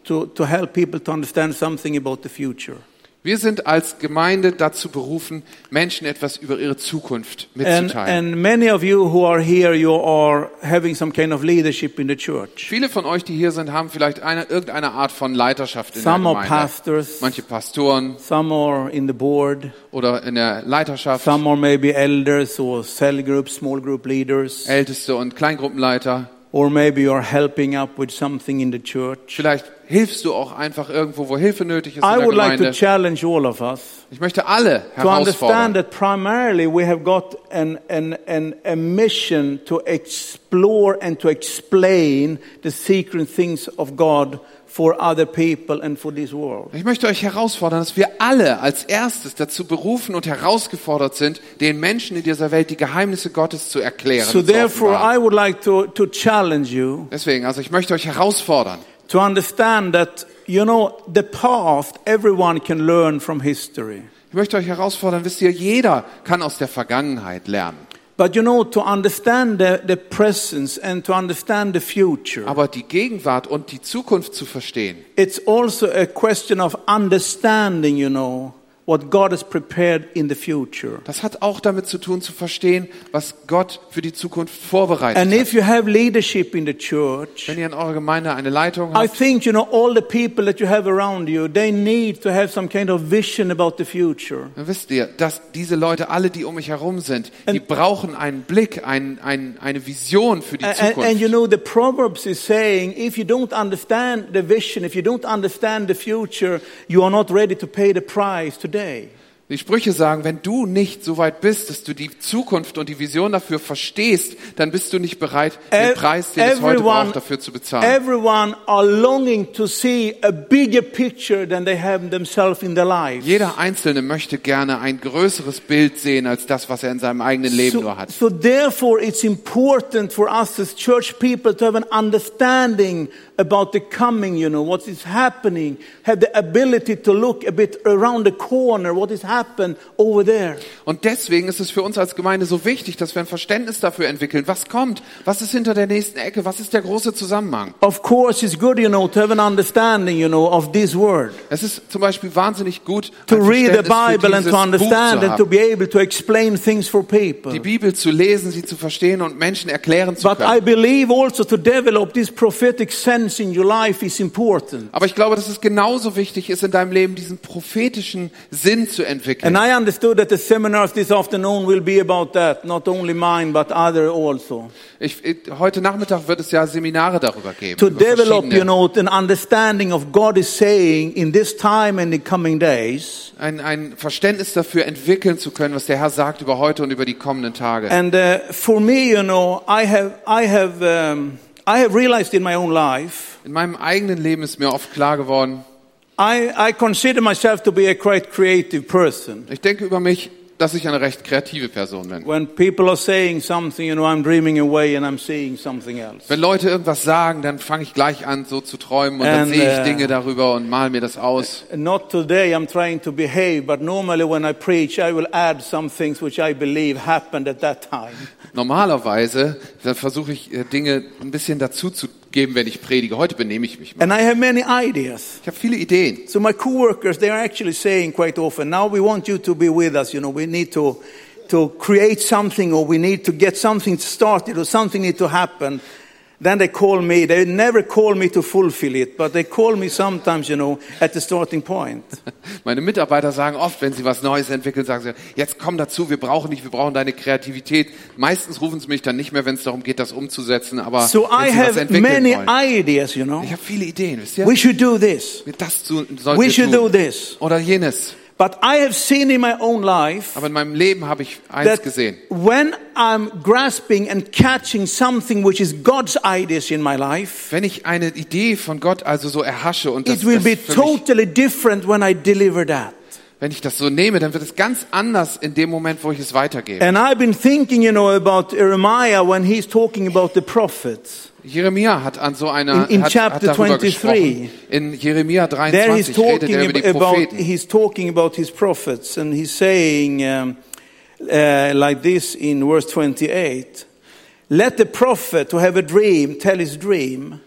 S1: to, to help people to understand something about the future.
S2: Wir sind als Gemeinde dazu berufen, Menschen etwas über ihre Zukunft
S1: And,
S2: mitzuteilen.
S1: and many of you who are here, you are having some kind of leadership in the church.
S2: Viele von euch, die hier sind, haben vielleicht eine, irgendeine Art von Leiterschaft in
S1: Some
S2: der
S1: are
S2: Gemeinde.
S1: pastors,
S2: Manche Pastoren
S1: some are in the board,
S2: oder in der Leiterschaft,
S1: some are maybe elders or cell groups, small group leaders,
S2: Älteste und Kleingruppenleiter.
S1: or maybe you are helping up with something in the church.
S2: Vielleicht hilfst du auch einfach irgendwo, wo Hilfe nötig ist
S1: I
S2: in der
S1: would like to
S2: Gemeinde.
S1: challenge all of us
S2: Ich möchte alle
S1: to understand
S2: herausfordern,
S1: that primarily we have got an, an, an, a mission to explore and to explain the secret things of God for other people and for this world.
S2: ich möchte euch herausfordern, dass wir alle als erstes dazu berufen und herausgefordert sind, den Menschen in dieser Welt die Geheimnisse Gottes zu erklären.
S1: So
S2: und zu
S1: therefore,
S2: offenbaren.
S1: I would like to, to challenge you
S2: Deswegen, also ich möchte euch herausfordern,
S1: to understand that, you know, the past, everyone can learn from history.
S2: ich möchte euch herausfordern, wisst ihr, jeder kann aus der Vergangenheit lernen.
S1: But, you know, to understand the, the presence and to understand the future,
S2: Aber die Gegenwart und die Zukunft zu verstehen,
S1: It's also a question of understanding, you know, what God has prepared in the future.
S2: das hat auch damit zu tun, zu verstehen, was Gott für die Zukunft vorbereitet
S1: And
S2: hat.
S1: if you have leadership in the church,
S2: Wenn ihr in eurer Gemeinde eine Leitung
S1: I
S2: habt,
S1: think, you know, all the people that you have around you, they need to have some kind of vision about the future.
S2: dann wisst ihr, dass diese Leute, alle, die um mich herum sind, die brauchen einen Blick, einen, einen, eine Vision für die
S1: And, and, and, you
S2: Zukunft.
S1: know, the Proverbs is saying, if you don't understand the vision, if you don't understand the future, you are not ready to pay the price today.
S2: Die Sprüche sagen, wenn du nicht so weit bist, dass du die Zukunft und die Vision dafür verstehst, dann bist du nicht bereit, den
S1: Ev-
S2: Preis, den es heute braucht, dafür zu bezahlen.
S1: everyone are longing to see a bigger picture than they have themselves in their lives.
S2: Jeder Einzelne möchte gerne ein größeres Bild sehen als das, was er in seinem eigenen Leben nur
S1: so,
S2: hat.
S1: so therefore, it's important for us as church people to have an understanding about the coming, you know, what is happening, have the ability to look a bit around the corner, what has happened over there.
S2: Und deswegen ist es für uns als Gemeinde so wichtig, dass wir ein Verständnis dafür entwickeln, was kommt, was ist hinter der nächsten Ecke, was ist der große Zusammenhang.
S1: Of course, it's good, you know, to have an understanding, you know, of this word.
S2: Es ist zum Beispiel wahnsinnig gut,
S1: To
S2: ein
S1: read the
S2: Verständnis für
S1: Bible and
S2: dieses
S1: to
S2: Buch
S1: understand
S2: zu
S1: and to
S2: haben,
S1: be able to explain things for people.
S2: die Bibel zu lesen, sie zu verstehen und Menschen erklären zu
S1: But I
S2: können.
S1: believe also to develop this prophetic sense in your life is important.
S2: Aber ich glaube, dass es genauso wichtig ist, in deinem Leben diesen prophetischen Sinn zu
S1: And
S2: entwickeln.
S1: I understood that the seminars this afternoon will be about that, not only mine, but other also.
S2: Ich, ich, heute Nachmittag wird es ja Seminare darüber geben.
S1: To
S2: über
S1: develop,
S2: verschiedene-
S1: you know, an understanding of God is saying in this time and the coming days.
S2: ein, ein Verständnis dafür entwickeln zu können, was der Herr sagt über heute und über die kommenden Tage.
S1: And uh, for me, you know, I have, I have, um, I have realized in my own life,
S2: In meinem eigenen Leben ist mir oft klar geworden,
S1: I, I consider myself to be a quite creative person.
S2: ich denke über mich, dass ich eine recht kreative Person bin.
S1: When people are saying something, you know, I'm dreaming away and I'm seeing something else.
S2: Wenn Leute irgendwas sagen, dann fange ich gleich an, so zu träumen und dann
S1: And,
S2: sehe ich
S1: äh,
S2: Dinge darüber und mal mir das aus.
S1: Not today, I'm trying to behave, but normally when I preach, I will add some things which I believe happened at that time.
S2: Normalerweise, dann versuche ich äh, Dinge ein bisschen dazu zu geben, wenn ich predige. Heute benehme ich mich mal.
S1: And I have many ideas.
S2: Ich habe viele Ideen.
S1: So my coworkers, they are actually saying quite often, now we want you to be with us, you know, we need to, to create something or we need to get something started or something need to happen. Then they call me, they never call me to fulfill it, but they call me sometimes, you know, at the starting point.
S2: Meine Mitarbeiter sagen oft, wenn sie was Neues entwickeln, sagen sie, jetzt komm dazu, wir brauchen dich, wir brauchen deine Kreativität. Meistens rufen sie mich dann nicht mehr, wenn es darum geht, das umzusetzen, aber
S1: So I
S2: wenn sie was
S1: have
S2: entwickeln
S1: many
S2: wollen.
S1: ideas, you know.
S2: Ich habe viele Ideen, wisst ihr?
S1: We should do this.
S2: das zu, sollt
S1: We
S2: ihr
S1: should do
S2: tun.
S1: this.
S2: Oder jenes.
S1: But I have seen in my own life
S2: Aber in meinem Leben habe ich eins
S1: that
S2: gesehen.
S1: when I'm grasping and catching something which is God's ideas in my life,
S2: Wenn ich eine Idee von Gott also so erhasche und das,
S1: it will
S2: das
S1: be
S2: für mich,
S1: totally different when I deliver that.
S2: wenn ich das so nehme, dann wird es ganz anders in dem Moment, wo ich es weitergebe.
S1: And I've been thinking, you know, about Jeremiah when he's talking about the prophets.
S2: Jeremia hat an so einer
S1: In- in
S2: hat, hat
S1: chapter
S2: darüber
S1: 23.
S2: gesprochen. In Jeremia
S1: There he's
S2: 23 redet
S1: talking
S2: er über die
S1: ab- about
S2: Propheten.
S1: he's talking about his prophets, and he's saying um, uh, like this in verse 28: Let the prophet who have a dream tell his dream.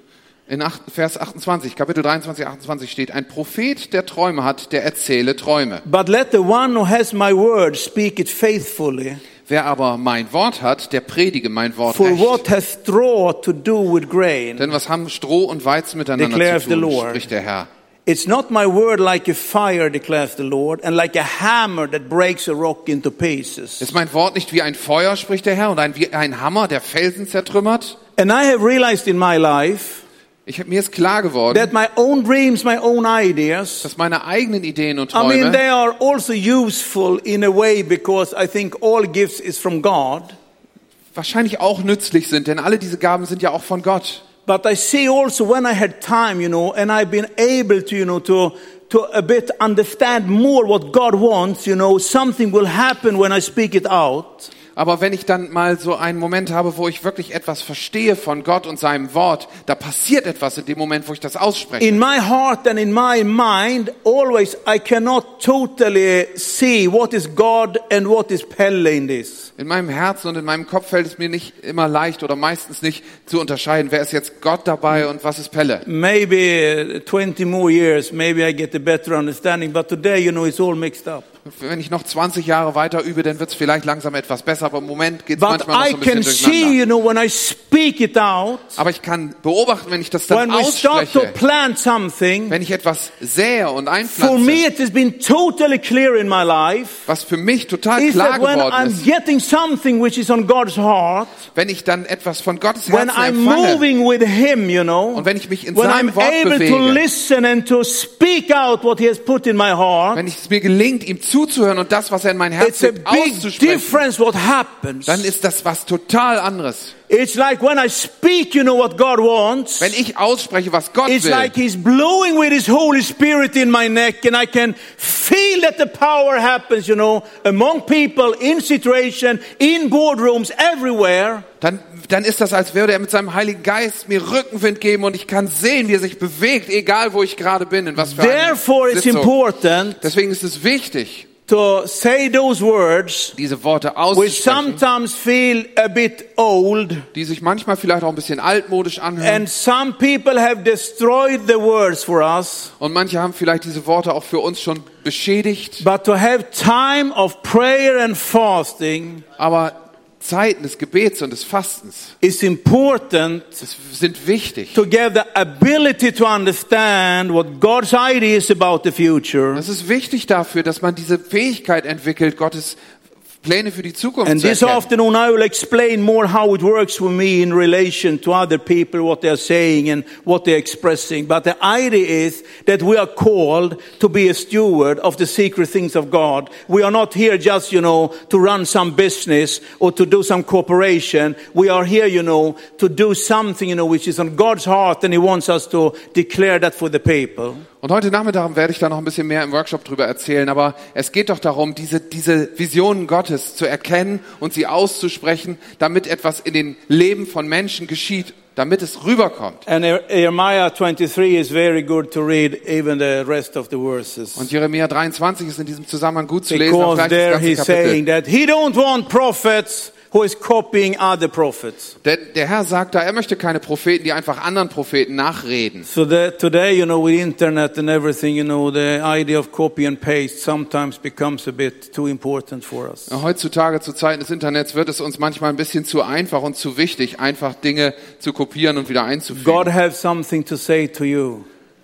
S2: In acht- Vers 28, Kapitel 23, 28 steht, ein Prophet, der Träume hat, der erzähle Träume.
S1: But let the one who has my word speak it faithfully.
S2: Wer aber mein Wort hat, der predige mein Wort
S1: For
S2: recht.
S1: what has straw to do with grain?
S2: Denn was haben Stroh und Weizen miteinander
S1: Declare
S2: zu
S1: the
S2: tun,
S1: Lord.
S2: spricht der Herr.
S1: It's not my word like a fire, declares the Lord, and like a hammer that breaks a rock into pieces.
S2: Ist mein Wort nicht wie ein Feuer, spricht der Herr, und ein, wie ein Hammer, der Felsen zertrümmert?
S1: And I have realized in my life
S2: Ich, mir ist klar geworden,
S1: that my own dreams, my own ideas,
S2: dass meine eigenen Ideen und
S1: I mean,
S2: Träume,
S1: they are also useful in a way because I think all gifts is from God.
S2: wahrscheinlich auch nützlich sind, denn alle diese Gaben sind ja auch von Gott.
S1: But I see also when I had time, you know, and I've been able to, you know, to, to a bit understand more what God wants, you know, something will happen when I speak it out.
S2: Aber wenn ich dann mal so einen Moment habe, wo ich wirklich etwas verstehe von Gott und seinem Wort, da passiert etwas in dem Moment, wo ich das ausspreche.
S1: In my heart and in my mind, always I cannot totally see what is God and what is Pelle in this.
S2: In meinem Herzen und in meinem Kopf fällt es mir nicht immer leicht oder meistens nicht zu unterscheiden, wer ist jetzt Gott dabei und was ist Pelle.
S1: Maybe uh, 20 more years, maybe I get a better understanding, but today, you know, it's all mixed up.
S2: Wenn ich noch 20 Jahre weiter übe, dann wird es vielleicht langsam etwas besser, aber im Moment geht es
S1: But
S2: manchmal noch
S1: I
S2: so ein bisschen
S1: can see,
S2: durcheinander.
S1: you know, when I speak it out,
S2: Aber ich kann beobachten, wenn ich das dann
S1: when we start to
S2: ausspreche,
S1: plant something,
S2: wenn ich etwas sähe und
S1: for me
S2: einpflanze,
S1: it has been totally clear in my life,
S2: was für mich total
S1: is
S2: klar
S1: that when
S2: geworden
S1: I'm
S2: ist,
S1: getting something which is on God's heart,
S2: wenn ich dann etwas von Gottes
S1: when
S2: Herzen
S1: I'm
S2: empfange,
S1: moving with Him, you know,
S2: Und wenn ich mich in
S1: when
S2: seinem
S1: I'm
S2: Wort
S1: able to
S2: bewege.
S1: listen and to speak out what He has put in my heart,
S2: Wenn es mir gelingt, ihm zuzuhören und das, was er in mein Herz
S1: it's a
S2: gibt,
S1: big
S2: auszusprechen,
S1: difference what happens.
S2: dann ist das was total anderes.
S1: It's like when I speak, you know, what God wants.
S2: Wenn ich ausspreche, was Gott
S1: It's
S2: will,
S1: like he's blowing with his Holy Spirit in my neck, and I can feel that the power happens, you know, among people, in situation, in boardrooms, everywhere.
S2: dann, dann ist das, als würde er mit seinem Heiligen Geist mir Rückenwind geben und ich kann sehen, wie er sich bewegt, egal wo ich gerade bin, in was für einer
S1: Therefore, it's
S2: Sitzung.
S1: important
S2: Deswegen ist es wichtig,
S1: to say those words
S2: diese Worte
S1: which
S2: auszusprechen,
S1: sometimes feel a bit old,
S2: die sich manchmal vielleicht auch ein bisschen altmodisch anhören.
S1: and some people have destroyed the words for us.
S2: Und manche haben vielleicht diese Worte auch für uns schon beschädigt.
S1: But to have time of prayer and fasting
S2: Aber Zeiten des Gebets und des Fastens
S1: It's important
S2: das sind wichtig.
S1: to get the ability to understand what God's idea is about the future.
S2: Das ist wichtig dafür, dass man diese Fähigkeit entwickelt, Gottes Pläne für die Zukunft
S1: And
S2: zu
S1: this
S2: erkennen.
S1: afternoon I will explain more how it works for me in relation to other people, what they're saying and what they're expressing. But the idea is that we are called to be a steward of the secret things of God. We are not here just, you know, to run some business or to do some cooperation. We are here, you know, to do something, you know, which is on God's heart and He wants us to declare that for the people.
S2: Und heute Nachmittag werde ich da noch ein bisschen mehr im Workshop drüber erzählen, aber es geht doch darum, diese, diese Visionen Gottes zu erkennen und sie auszusprechen, damit etwas in den Leben von Menschen geschieht, damit es rüberkommt.
S1: And E- Jeremiah 23 is very good to read even the rest of the verses.
S2: Und Jeremia 23 ist in diesem Zusammenhang gut zu lesen, auch
S1: Because
S2: gleich das
S1: there
S2: ganze
S1: he's
S2: Kapitel.
S1: saying that he don't want prophets who is copying other prophets.
S2: Denn der Herr sagt da, er möchte keine Propheten, die einfach anderen Propheten nachreden.
S1: So that today, you know, with internet and everything, you know, the idea of copy and paste sometimes becomes a bit too important for us.
S2: Oh, Heutzutage, zu Zeiten des Internets, wird es uns manchmal ein bisschen zu einfach und zu wichtig, einfach Dinge zu kopieren und wieder einzufügen.
S1: God has something to say to you.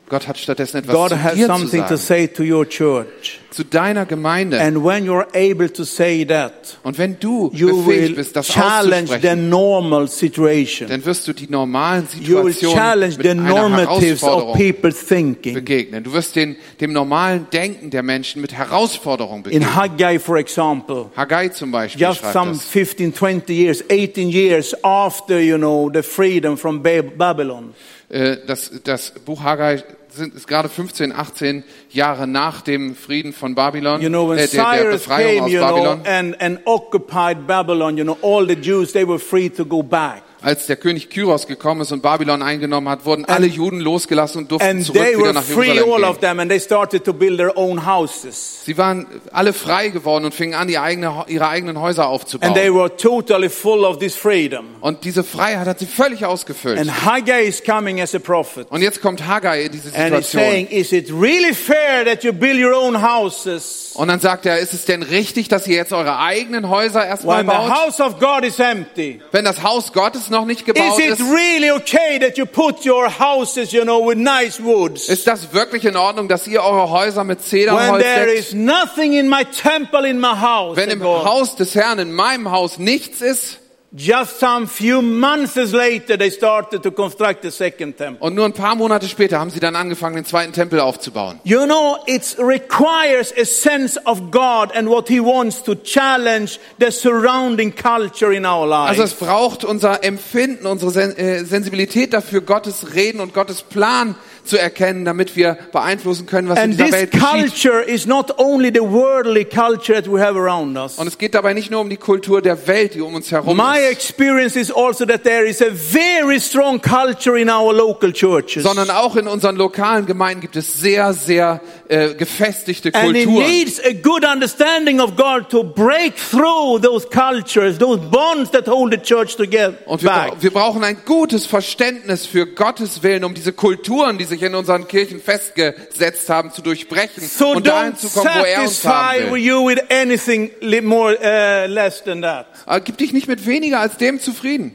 S2: Gott hat stattdessen etwas
S1: God
S2: zu
S1: has
S2: dir zu
S1: something to
S2: sagen,
S1: say to your church.
S2: zu deiner Gemeinde.
S1: And when you're able to say that,
S2: und wenn du
S1: you
S2: befähigt
S1: will
S2: bist, das
S1: challenge the
S2: auszusprechen,
S1: normal situation.
S2: dann wirst du die normalen
S1: You will
S2: Situationen
S1: challenge
S2: mit
S1: the
S2: einer
S1: normatives of
S2: Herausforderung
S1: people thinking.
S2: begegnen. Du wirst den, dem normalen Denken der Menschen mit Herausforderungen
S1: In
S2: begegnen.
S1: Haggai, for example,
S2: Haggai zum Beispiel
S1: just
S2: schreibt
S1: some
S2: das.
S1: 15, 20 years, 18 years after, you know, the freedom from Ba- Babylon.
S2: Äh, das, das Buch Haggai sind, ist gerade 15, 18 Jahre nach dem Frieden von Babylon,
S1: You know, when
S2: äh, der, der
S1: Cyrus came,
S2: Befreiung aus
S1: you know,
S2: Babylon.
S1: and, and occupied Babylon, you know, all the Jews, they were free to go back.
S2: Als der König Kyros gekommen ist und Babylon eingenommen hat, wurden alle Juden losgelassen und durften
S1: And
S2: zurück
S1: they
S2: wieder
S1: were
S2: nach
S1: free, all
S2: Jerusalem
S1: of
S2: gehen.
S1: them, and they started to build their own houses.
S2: Sie waren alle frei geworden und fingen an, ihre, eigene, ihre eigenen Häuser
S1: And they
S2: aufzubauen.
S1: were totally full of this freedom.
S2: Und diese Freiheit hat sie völlig ausgefüllt.
S1: And Haggai is coming as a prophet.
S2: Und jetzt kommt Haggai in diese
S1: And he's
S2: Situation.
S1: saying, is it really fair that you build your own houses
S2: Und dann sagt er, ist es denn richtig, dass ihr jetzt eure eigenen Häuser erstmal
S1: when the
S2: baut,
S1: house of God is empty?
S2: wenn das Haus Gottes noch nicht
S1: Is
S2: gebaut
S1: it
S2: ist?
S1: really okay that you put your houses, you know, with nice woods?
S2: Ist das wirklich in Ordnung, dass ihr eure Häuser mit
S1: When
S2: Zedernholz
S1: there
S2: deckt?
S1: is nothing in my temple, in my house,
S2: Wenn
S1: oh
S2: im
S1: God.
S2: Haus des Herrn, in meinem Haus nichts ist
S1: just some few months later, they started to construct the second temple.
S2: und nur ein paar Monate später haben sie dann angefangen, den zweiten Tempel aufzubauen.
S1: You know, it requires a sense of God and what He wants to challenge the surrounding culture in our lives.
S2: Also es braucht unser Empfinden, unsere Sen äh, Sensibilität dafür, Gottes Reden und Gottes Plan zu erkennen, damit wir beeinflussen können, was in
S1: and
S2: dieser
S1: this
S2: Welt geschieht.
S1: culture is not only the worldly culture that we have around us.
S2: Und es geht dabei nicht nur um die Kultur der Welt, die um uns herum
S1: My
S2: ist,
S1: experience is also that there is a very strong culture in our local churches.
S2: sondern auch in unseren lokalen Gemeinden gibt es sehr, sehr äh, gefestigte
S1: And it
S2: Kulturen.
S1: needs a good understanding of God to break through those cultures, those bonds that hold the church together.
S2: Und wir,
S1: back.
S2: bra- wir brauchen ein gutes Verständnis für Gottes Willen, um diese Kulturen, die sich in unseren Kirchen festgesetzt haben, zu durchbrechen
S1: So
S2: und dahin
S1: don't
S2: zu kommen, wo er uns
S1: satisfy
S2: haben
S1: with
S2: will.
S1: you with anything li- more uh, less than that.
S2: Aber gib dich nicht mit weniger als dem zufrieden.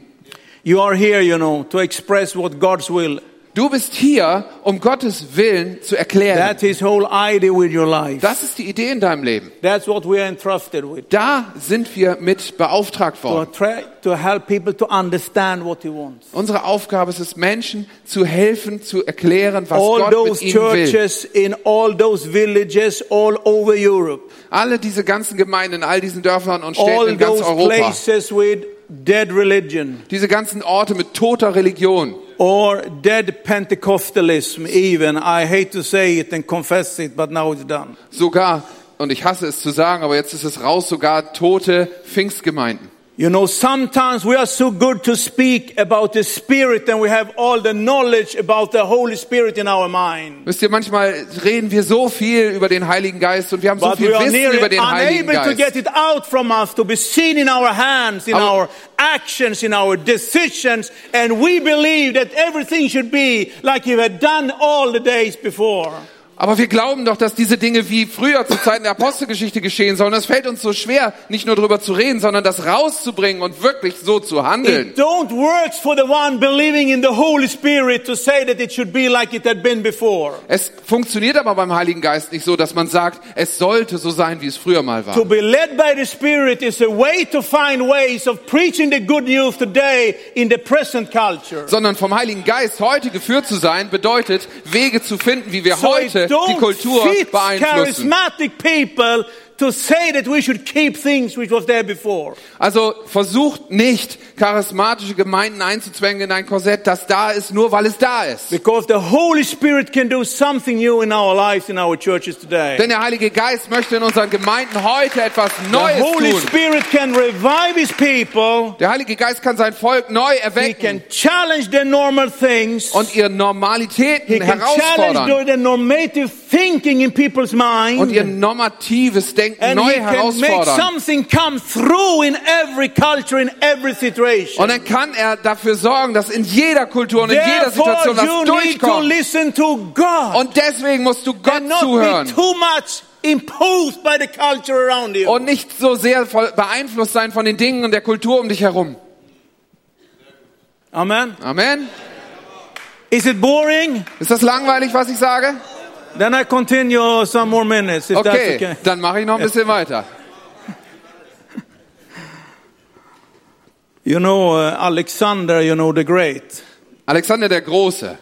S1: You are here, you know, to express what God's will.
S2: Du bist hier, um Gottes Willen zu erklären.
S1: That's His whole idea with your life.
S2: Das ist die Idee in deinem Leben.
S1: That's what we are entrusted with.
S2: Da sind wir mit beauftragt
S1: To
S2: worden.
S1: try to help people to understand what He wants.
S2: Unsere Aufgabe ist es, Menschen zu helfen, zu erklären, was
S1: all
S2: Gott mit
S1: those
S2: ihnen will.
S1: churches in all those villages all over Europe,
S2: Alle diese ganzen Gemeinden in all diesen Dörfern und Städten
S1: all
S2: in ganz
S1: those
S2: Europa.
S1: places with dead religion
S2: Diese ganzen Orte mit toter Religion
S1: or dead Pentecostalism, even. I hate to say it and confess it, but now it's done.
S2: sogar, und ich hasse es zu sagen, aber jetzt ist es raus, sogar tote Pfingstgemeinden.
S1: You know, sometimes we are so good to speak about the Spirit and we have all the knowledge about the Holy Spirit in our mind.
S2: Wisst ihr, manchmal reden wir so viel über den Heiligen Geist und wir haben so
S1: But we
S2: viel
S1: are
S2: Wissen über
S1: nearly
S2: den Heiligen
S1: unable to
S2: Geist.
S1: get it out from us, to be seen in our hands, in our
S2: Aber-
S1: actions, in our decisions, and we believe that everything should be like you had done all the days before.
S2: Aber wir glauben doch, dass diese Dinge wie früher zu Zeiten der Apostelgeschichte geschehen sollen. Es fällt uns so schwer, nicht nur darüber zu reden, sondern das rauszubringen und wirklich so zu handeln.
S1: It don't work for the one believing in the Holy Spirit to say that it should be like it had been before.
S2: Es funktioniert aber beim Heiligen Geist nicht so, dass man sagt, es sollte so sein, wie es früher mal war.
S1: To be led by the Spirit is a way to find ways of preaching the good news today in the present culture.
S2: sondern vom Heiligen Geist heute geführt zu sein, bedeutet, Wege zu finden, wie wir heute
S1: it
S2: die
S1: don't
S2: Kultur
S1: fit
S2: beeinflussen.
S1: charismatic people to say that we should keep things which was there before.
S2: Also versucht nicht, charismatische Gemeinden einzuzwängen in ein Korsett, das da ist, nur weil es da ist.
S1: Because the Holy Spirit can do something new in our lives, in our churches today.
S2: Denn der Heilige Geist möchte in unseren Gemeinden heute etwas
S1: The
S2: Neues
S1: Holy
S2: tun.
S1: Spirit can revive His people.
S2: Der Heilige Geist kann sein Volk neu
S1: He
S2: erwecken
S1: can challenge the normal things.
S2: und ihre Normalitäten
S1: He can challenge
S2: herausfordern
S1: the, the normative thinking in people's
S2: und ihr
S1: minds.
S2: normatives Denken
S1: And
S2: neu
S1: he can make
S2: herausfordern.
S1: something come through in every culture, in every
S2: Und
S1: situation.
S2: dann kann er dafür sorgen, dass in jeder Kultur und in jeder
S1: Therefore,
S2: Situation was
S1: you need to
S2: durchkommt.
S1: listen to God
S2: Und deswegen musst du Gott
S1: and not be
S2: zuhören
S1: too much imposed by the culture around you.
S2: und nicht so sehr voll beeinflusst sein von den Dingen und der Kultur um dich herum.
S1: Amen.
S2: Amen.
S1: Is it boring?
S2: Ist das langweilig, was ich sage?
S1: Then I continue some more minutes, if that's
S2: Okay,
S1: okay.
S2: dann mache ich noch ein bisschen weiter.
S1: You know, uh, Alexander, you know, the Great.
S2: Alexander der Große.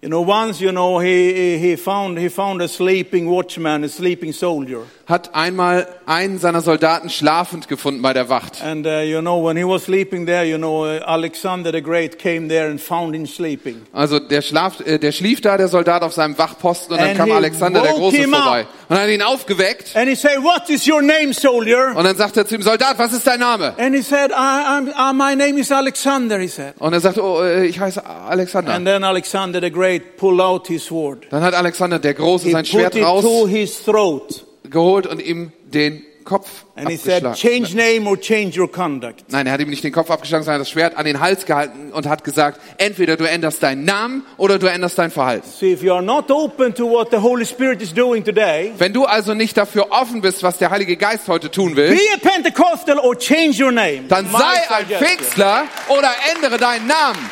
S1: You know, once, you know, he, he- he, found, he found a sleeping watchman, a sleeping soldier.
S2: hat einmal einen seiner Soldaten schlafend gefunden bei der Wacht.
S1: And, uh, you know, when he was sleeping there, you know, uh, Alexander the Great came there and found him sleeping.
S2: Also der, schlaf, äh, der schlief da, der Soldat, auf seinem Wachposten und dann
S1: And
S2: kam
S1: he
S2: Alexander der
S1: woke
S2: Große
S1: him up.
S2: vorbei und hat ihn aufgeweckt
S1: And he said, What is your name, soldier?
S2: und dann sagte er zu ihm, Soldat, was ist dein Name?
S1: And he said, I, I'm, uh, My name is Alexander, he said.
S2: Und er sagte, oh, äh, ich heiße Alexander.
S1: And then Alexander the Great pulled out his sword.
S2: Dann hat Alexander der Große
S1: He
S2: sein Schwert
S1: put it to
S2: raus
S1: his throat.
S2: geholt und ihm den Kopf
S1: And he said,
S2: abgeschlagen.
S1: Change name or change your conduct.
S2: Nein, er hat ihm nicht den Kopf abgeschlagen, sondern das Schwert an den Hals gehalten und hat gesagt, entweder du änderst deinen Namen oder du änderst dein Verhalten.
S1: See, if you are not open to what the Holy Spirit is doing today,
S2: Wenn du also nicht dafür offen bist, was der Heilige Geist heute tun will,
S1: be a Pentecostal or change your name.
S2: dann
S1: My
S2: sei ein
S1: suggestion.
S2: Pfingstler oder ändere deinen Namen.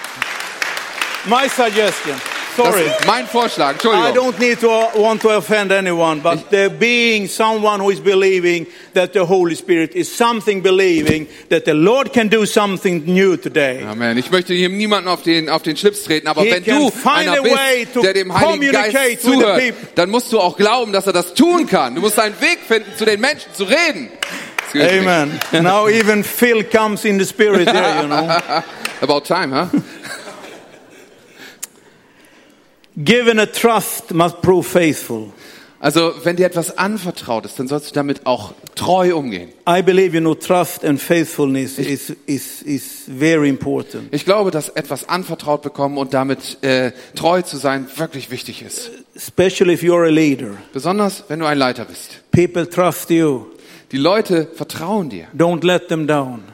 S1: My suggestion.
S2: Das
S1: Sorry.
S2: ist mein Vorschlag,
S1: I
S2: Entschuldigung.
S1: don't need to uh, want to offend anyone, but there being someone who is believing that the Holy Spirit is something believing that the Lord can do something new today.
S2: Amen. Ich möchte hier niemanden auf den, auf den Schlips treten, aber
S1: He
S2: wenn
S1: can
S2: du
S1: find
S2: einer
S1: a way
S2: bist,
S1: to
S2: der dem Heiligen
S1: communicate
S2: Geist
S1: with the
S2: zuhört,
S1: people.
S2: dann musst du auch glauben, dass er das tun kann. Du musst einen Weg finden, zu den Menschen zu reden. Das gilt
S1: Amen. now even Phil comes in the spirit there, you know.
S2: nicht. About time, huh?
S1: Given a trust must prove faithful.
S2: Also, wenn dir etwas anvertraut ist, dann sollst du damit auch treu umgehen.
S1: I believe, you know, trust and faithfulness is, is, is very important.
S2: Ich glaube, dass etwas anvertraut bekommen und damit äh, treu zu sein wirklich wichtig ist.
S1: Especially if you're a leader.
S2: Besonders, wenn du ein Leiter bist.
S1: People trust you.
S2: Die Leute vertrauen dir.
S1: Don't let them down.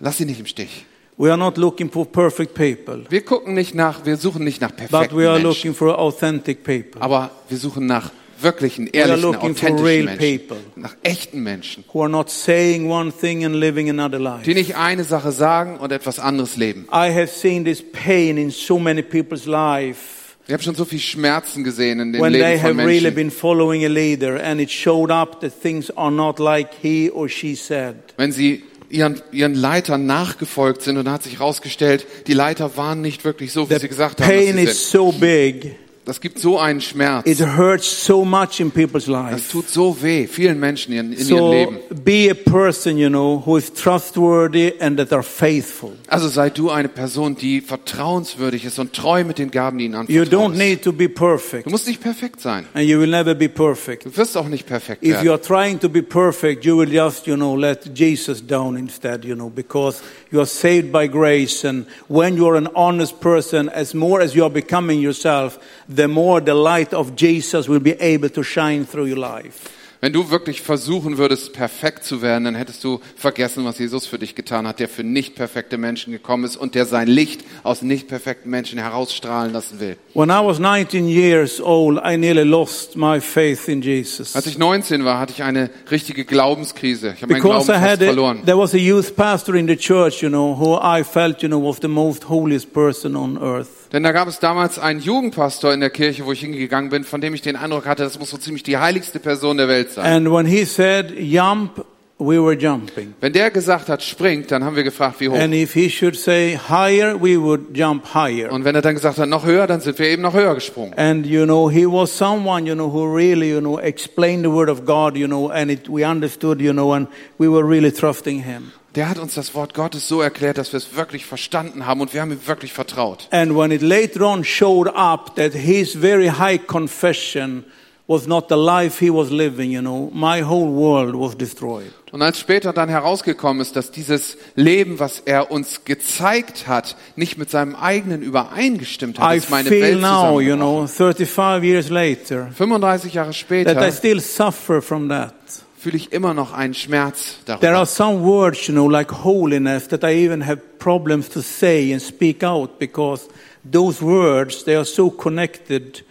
S2: Lass sie nicht im Stich.
S1: We are not looking for perfect people,
S2: Wir gucken nicht nach, wir suchen nicht nach
S1: but
S2: perfekten
S1: we are
S2: Menschen,
S1: looking for authentic people
S2: aber wir suchen nach wirklichen,
S1: are
S2: ehrlichen,
S1: looking for
S2: authentischen
S1: real
S2: Menschen,
S1: people.
S2: nach echten Menschen,
S1: who are not saying one thing and living another life.
S2: die nicht eine Sache sagen und etwas anderes leben.
S1: I have seen this pain in so many people's life
S2: Ich habe schon so viel Schmerzen gesehen in dem
S1: when they
S2: Leben von
S1: have really
S2: Menschen,
S1: been following a leader and it showed up that things are not like he or she said.
S2: wenn sie ihren, ihren Leitern nachgefolgt sind und da hat sich herausgestellt, die Leiter waren nicht wirklich so, wie sie
S1: The
S2: gesagt haben, dass
S1: pain
S2: sie
S1: is
S2: sind.
S1: so big.
S2: Das gibt so einen Schmerz.
S1: It hurts so much in people's
S2: Das
S1: lives.
S2: tut so weh, vielen Menschen in, in ihrem Leben.
S1: So be a person, you know, who is trustworthy and that are faithful.
S2: Also sei du eine Person, die vertrauenswürdig ist und treu mit den Gaben, die ihnen
S1: You
S2: anvertraut
S1: don't
S2: ist.
S1: need to be perfect,
S2: Du musst nicht perfekt sein.
S1: and you will never be perfect.
S2: Du wirst auch nicht perfekt
S1: If you
S2: werden.
S1: are trying to be perfect, you will just, you know, let Jesus down instead, you know, because you are saved by grace. And when you are an honest person, as more as you are becoming yourself, the more the light of Jesus will be able to shine through your life.
S2: Wenn du wirklich versuchen würdest, perfekt zu werden, dann hättest du vergessen, was Jesus für dich getan hat, der für nicht perfekte Menschen gekommen ist und der sein Licht aus nicht perfekten Menschen herausstrahlen lassen will.
S1: When I was 19 years old, I nearly lost my faith in Jesus.
S2: Als ich 19 war, hatte ich eine richtige Glaubenskrise. Ich habe meinen Glauben
S1: Because I
S2: fast
S1: had a,
S2: verloren.
S1: there was a youth pastor in the church, you know, who I felt, you know, was the most holiest person on earth.
S2: Denn da gab es damals einen Jugendpastor in der Kirche, wo ich hingegangen bin, von dem ich den Eindruck hatte, das muss so ziemlich die heiligste Person der Welt sein.
S1: And when he said jump, we were jumping.
S2: Wenn der gesagt hat, springt, dann haben wir gefragt, wie hoch.
S1: And if he should say higher, we would jump higher.
S2: Und wenn er dann gesagt hat, noch höher, dann sind wir eben noch höher gesprungen.
S1: And you know, he was someone you know who really you know explained the word of God, you know, and it, we understood, you know, and we were really trusting him.
S2: Der hat uns das Wort Gottes so erklärt, dass wir es wirklich verstanden haben und wir haben ihm wirklich vertraut.
S1: And when it later on showed up that his very high confession was not the life he was living, you know, my whole world was destroyed.
S2: Und als später dann herausgekommen ist, dass dieses Leben, was er uns gezeigt hat, nicht mit seinem eigenen übereingestimmt hat,
S1: I
S2: ist meine
S1: feel
S2: Welt
S1: now, you
S2: zusammen.
S1: know, 35 years later,
S2: 35 Jahre
S1: that I
S2: später
S1: still suffer from that.
S2: fühle ich immer noch einen Schmerz
S1: There
S2: darüber.
S1: are some words, you know, like holiness, that I even have problems to say and speak out because those words, they are so connected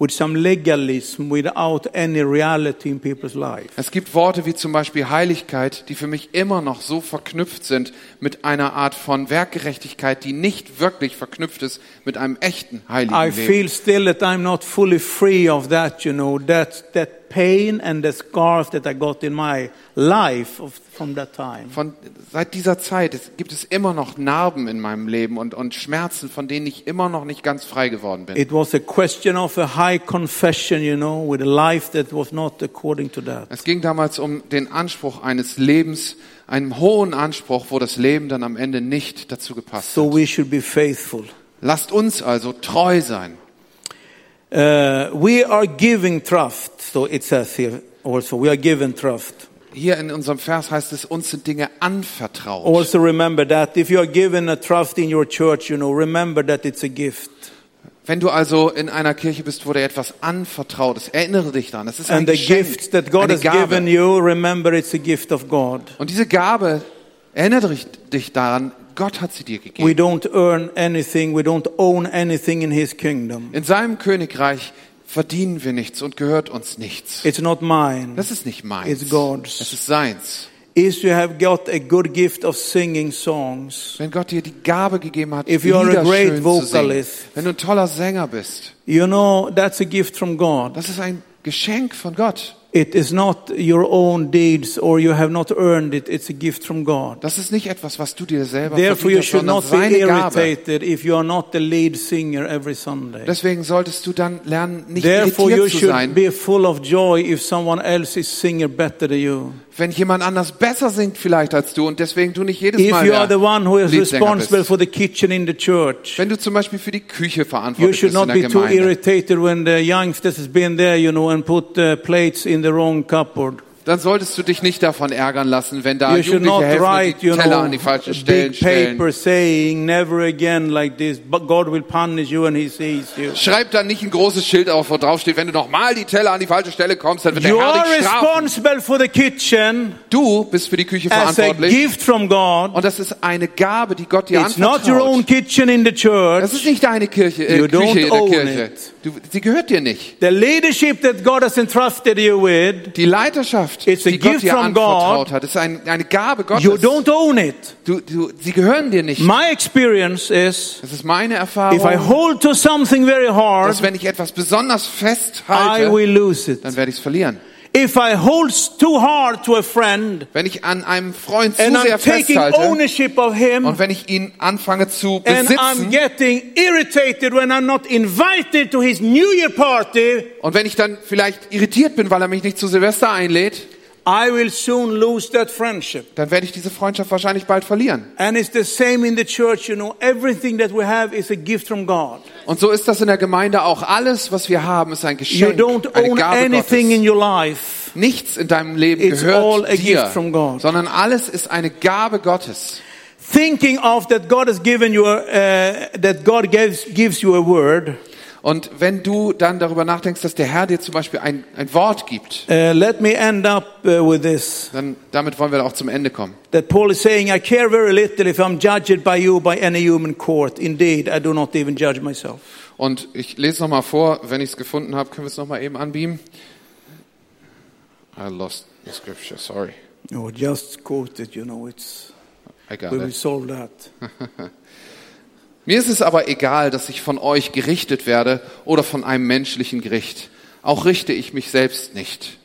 S1: with some legalism without any reality in people's life.
S2: Es gibt Worte wie zum Beispiel Heiligkeit, die für mich immer noch so verknüpft sind mit einer Art von Werkgerechtigkeit, die nicht wirklich verknüpft ist mit einem echten heiligen
S1: I
S2: Leben.
S1: feel still that I'm not fully free of that, you know, that, that pain and the scars that I got in my life of, from that time.
S2: Von, seit dieser Zeit es, gibt es immer noch Narben in meinem Leben und, und Schmerzen, von denen ich immer noch nicht ganz frei geworden bin.
S1: It was a question of a high confession, you know, with a life that was not according to that.
S2: Es ging damals um den Anspruch eines Lebens, einem hohen Anspruch, wo das Leben dann am Ende nicht dazu gepasst
S1: So
S2: hat.
S1: we should be faithful.
S2: Lasst uns also treu sein.
S1: Uh, we are giving trust, so it says here also. We are given trust.
S2: Hier in unserem Vers heißt es, uns sind Dinge anvertraut.
S1: Also remember that if you are given a trust in your church, you know, remember that it's a gift.
S2: Wenn du also in einer Kirche bist, wo dir etwas anvertraut ist, erinnere dich daran. Das ist ein
S1: And the
S2: Geschenk,
S1: gift that God
S2: eine
S1: has
S2: Gabe.
S1: given you, remember it's a gift of God.
S2: Und diese Gabe, erinnere dich- dich daran, Gott hat sie dir gegeben.
S1: We don't earn anything, we don't own anything in His kingdom.
S2: in seinem Königreich verdienen wir nichts und gehört uns nichts.
S1: It's not mine.
S2: Das ist nicht meins.
S1: It's God's.
S2: Es ist seins.
S1: If you have got a good gift of singing songs,
S2: Wenn Gott dir die Gabe gegeben hat,
S1: If you are a
S2: Lieder
S1: great
S2: schön zu singen,
S1: vocalist.
S2: wenn du ein toller Sänger bist,
S1: you know, that's a gift from God.
S2: das ist ein Geschenk von Gott.
S1: It is not your own deeds or you have not earned it, it's a gift from God.
S2: Das ist nicht etwas, was du dir selber
S1: Therefore, you
S2: verdient hast,
S1: should
S2: sondern
S1: not be
S2: seine Gabe.
S1: irritated if you are not the lead singer every Sunday.
S2: Deswegen solltest du dann lernen, nicht
S1: Therefore, you
S2: irritiert zu
S1: should
S2: sein,
S1: be full of joy if someone else is singer better than you.
S2: wenn jemand anders besser singt vielleicht als du und deswegen du nicht jedes
S1: If
S2: Mal
S1: you are the one who is
S2: Liedsänger
S1: responsible
S2: bist.
S1: for the kitchen in the church,
S2: Wenn du zum Beispiel für die Küche
S1: you
S2: verantwortlich
S1: should
S2: bist in
S1: not
S2: der
S1: be too
S2: Gemeinde,
S1: irritated when the youngsters has been there, you know, and put uh, plates in the wrong cupboard.
S2: dann solltest du dich nicht davon ärgern lassen, wenn da
S1: You should
S2: Jugendliche
S1: not
S2: helfen und
S1: write,
S2: die
S1: you
S2: Teller
S1: know,
S2: an die falschen
S1: a
S2: Stellen
S1: big paper
S2: stellen.
S1: saying never again like this, but God will punish you and He sees you.
S2: Schreib dann nicht ein großes Schild auf, wo drauf steht, wenn du nochmal die Teller an die falsche Stelle kommst, dann wird
S1: You
S2: der Herr
S1: are
S2: dich strafen.
S1: responsible for the kitchen
S2: Du bist für die Küche
S1: as a
S2: verantwortlich
S1: gift from God.
S2: und das ist eine Gabe, die Gott dir
S1: It's not your own
S2: anvertraut.
S1: kitchen in the
S2: Das ist
S1: church.
S2: nicht deine Kirche,
S1: You
S2: äh,
S1: don't
S2: Küche in der
S1: own
S2: Kirche.
S1: it.
S2: Du, sie gehört dir nicht.
S1: The leadership that God has entrusted you with,
S2: Die Leiterschaft,
S1: It's a
S2: die Gott
S1: gift
S2: dir
S1: from
S2: anvertraut
S1: God.
S2: hat, ist ein, eine Gabe Gottes.
S1: you don't own it.
S2: du, du, sie gehören dir nicht.
S1: My experience is
S2: Das ist meine
S1: if I
S2: Erfahrung,
S1: hold to something very hard,
S2: dass wenn ich etwas besonders
S1: I
S2: festhalte,
S1: will lose it.
S2: dann werde ich es verlieren.
S1: If I hold too hard to a friend
S2: Wenn ich an einem Freund zu
S1: and I'm
S2: sehr
S1: taking
S2: festhalte
S1: ownership of him
S2: und wenn ich ihn anfange zu
S1: and I'm
S2: besitzen
S1: getting irritated when I'm not invited to his New Year party,
S2: und wenn ich dann vielleicht irritiert bin, weil er mich nicht zu Silvester einlädt,
S1: I will soon lose that friendship.
S2: dann werde ich diese Freundschaft wahrscheinlich bald verlieren.
S1: And it's the same in the church, you know. Everything that we have is a gift from God.
S2: Und so ist das in der Gemeinde auch. Alles, was wir haben, ist ein
S1: You
S2: Geschenk,
S1: don't
S2: eine
S1: own
S2: Gabe
S1: anything
S2: Gottes.
S1: in your life.
S2: Nichts in deinem Leben
S1: It's all a
S2: gehört dir,
S1: gift from God.
S2: sondern alles ist eine Gabe Gottes.
S1: Thinking of that God has given you, a, uh, that God gives, gives you a word,
S2: Und wenn du dann darüber nachdenkst, dass der Herr dir zum Beispiel ein, ein Wort gibt,
S1: Uh, let me end up uh, with this
S2: dann damit wollen wir auch zum Ende kommen.
S1: that Paul is saying, I care very little if I'm judged by you by any human court. Indeed, I do not even judge myself.
S2: Und ich lese nochmal vor, wenn ich es gefunden habe, können wir es nochmal eben anbeamen. I lost the scripture, sorry.
S1: No, Oh, just quote it, you know, it's,
S2: I got
S1: we will
S2: it.
S1: solve that.
S2: Mir ist es aber egal, dass ich von euch gerichtet werde oder von einem menschlichen Gericht. Auch richte ich mich selbst nicht.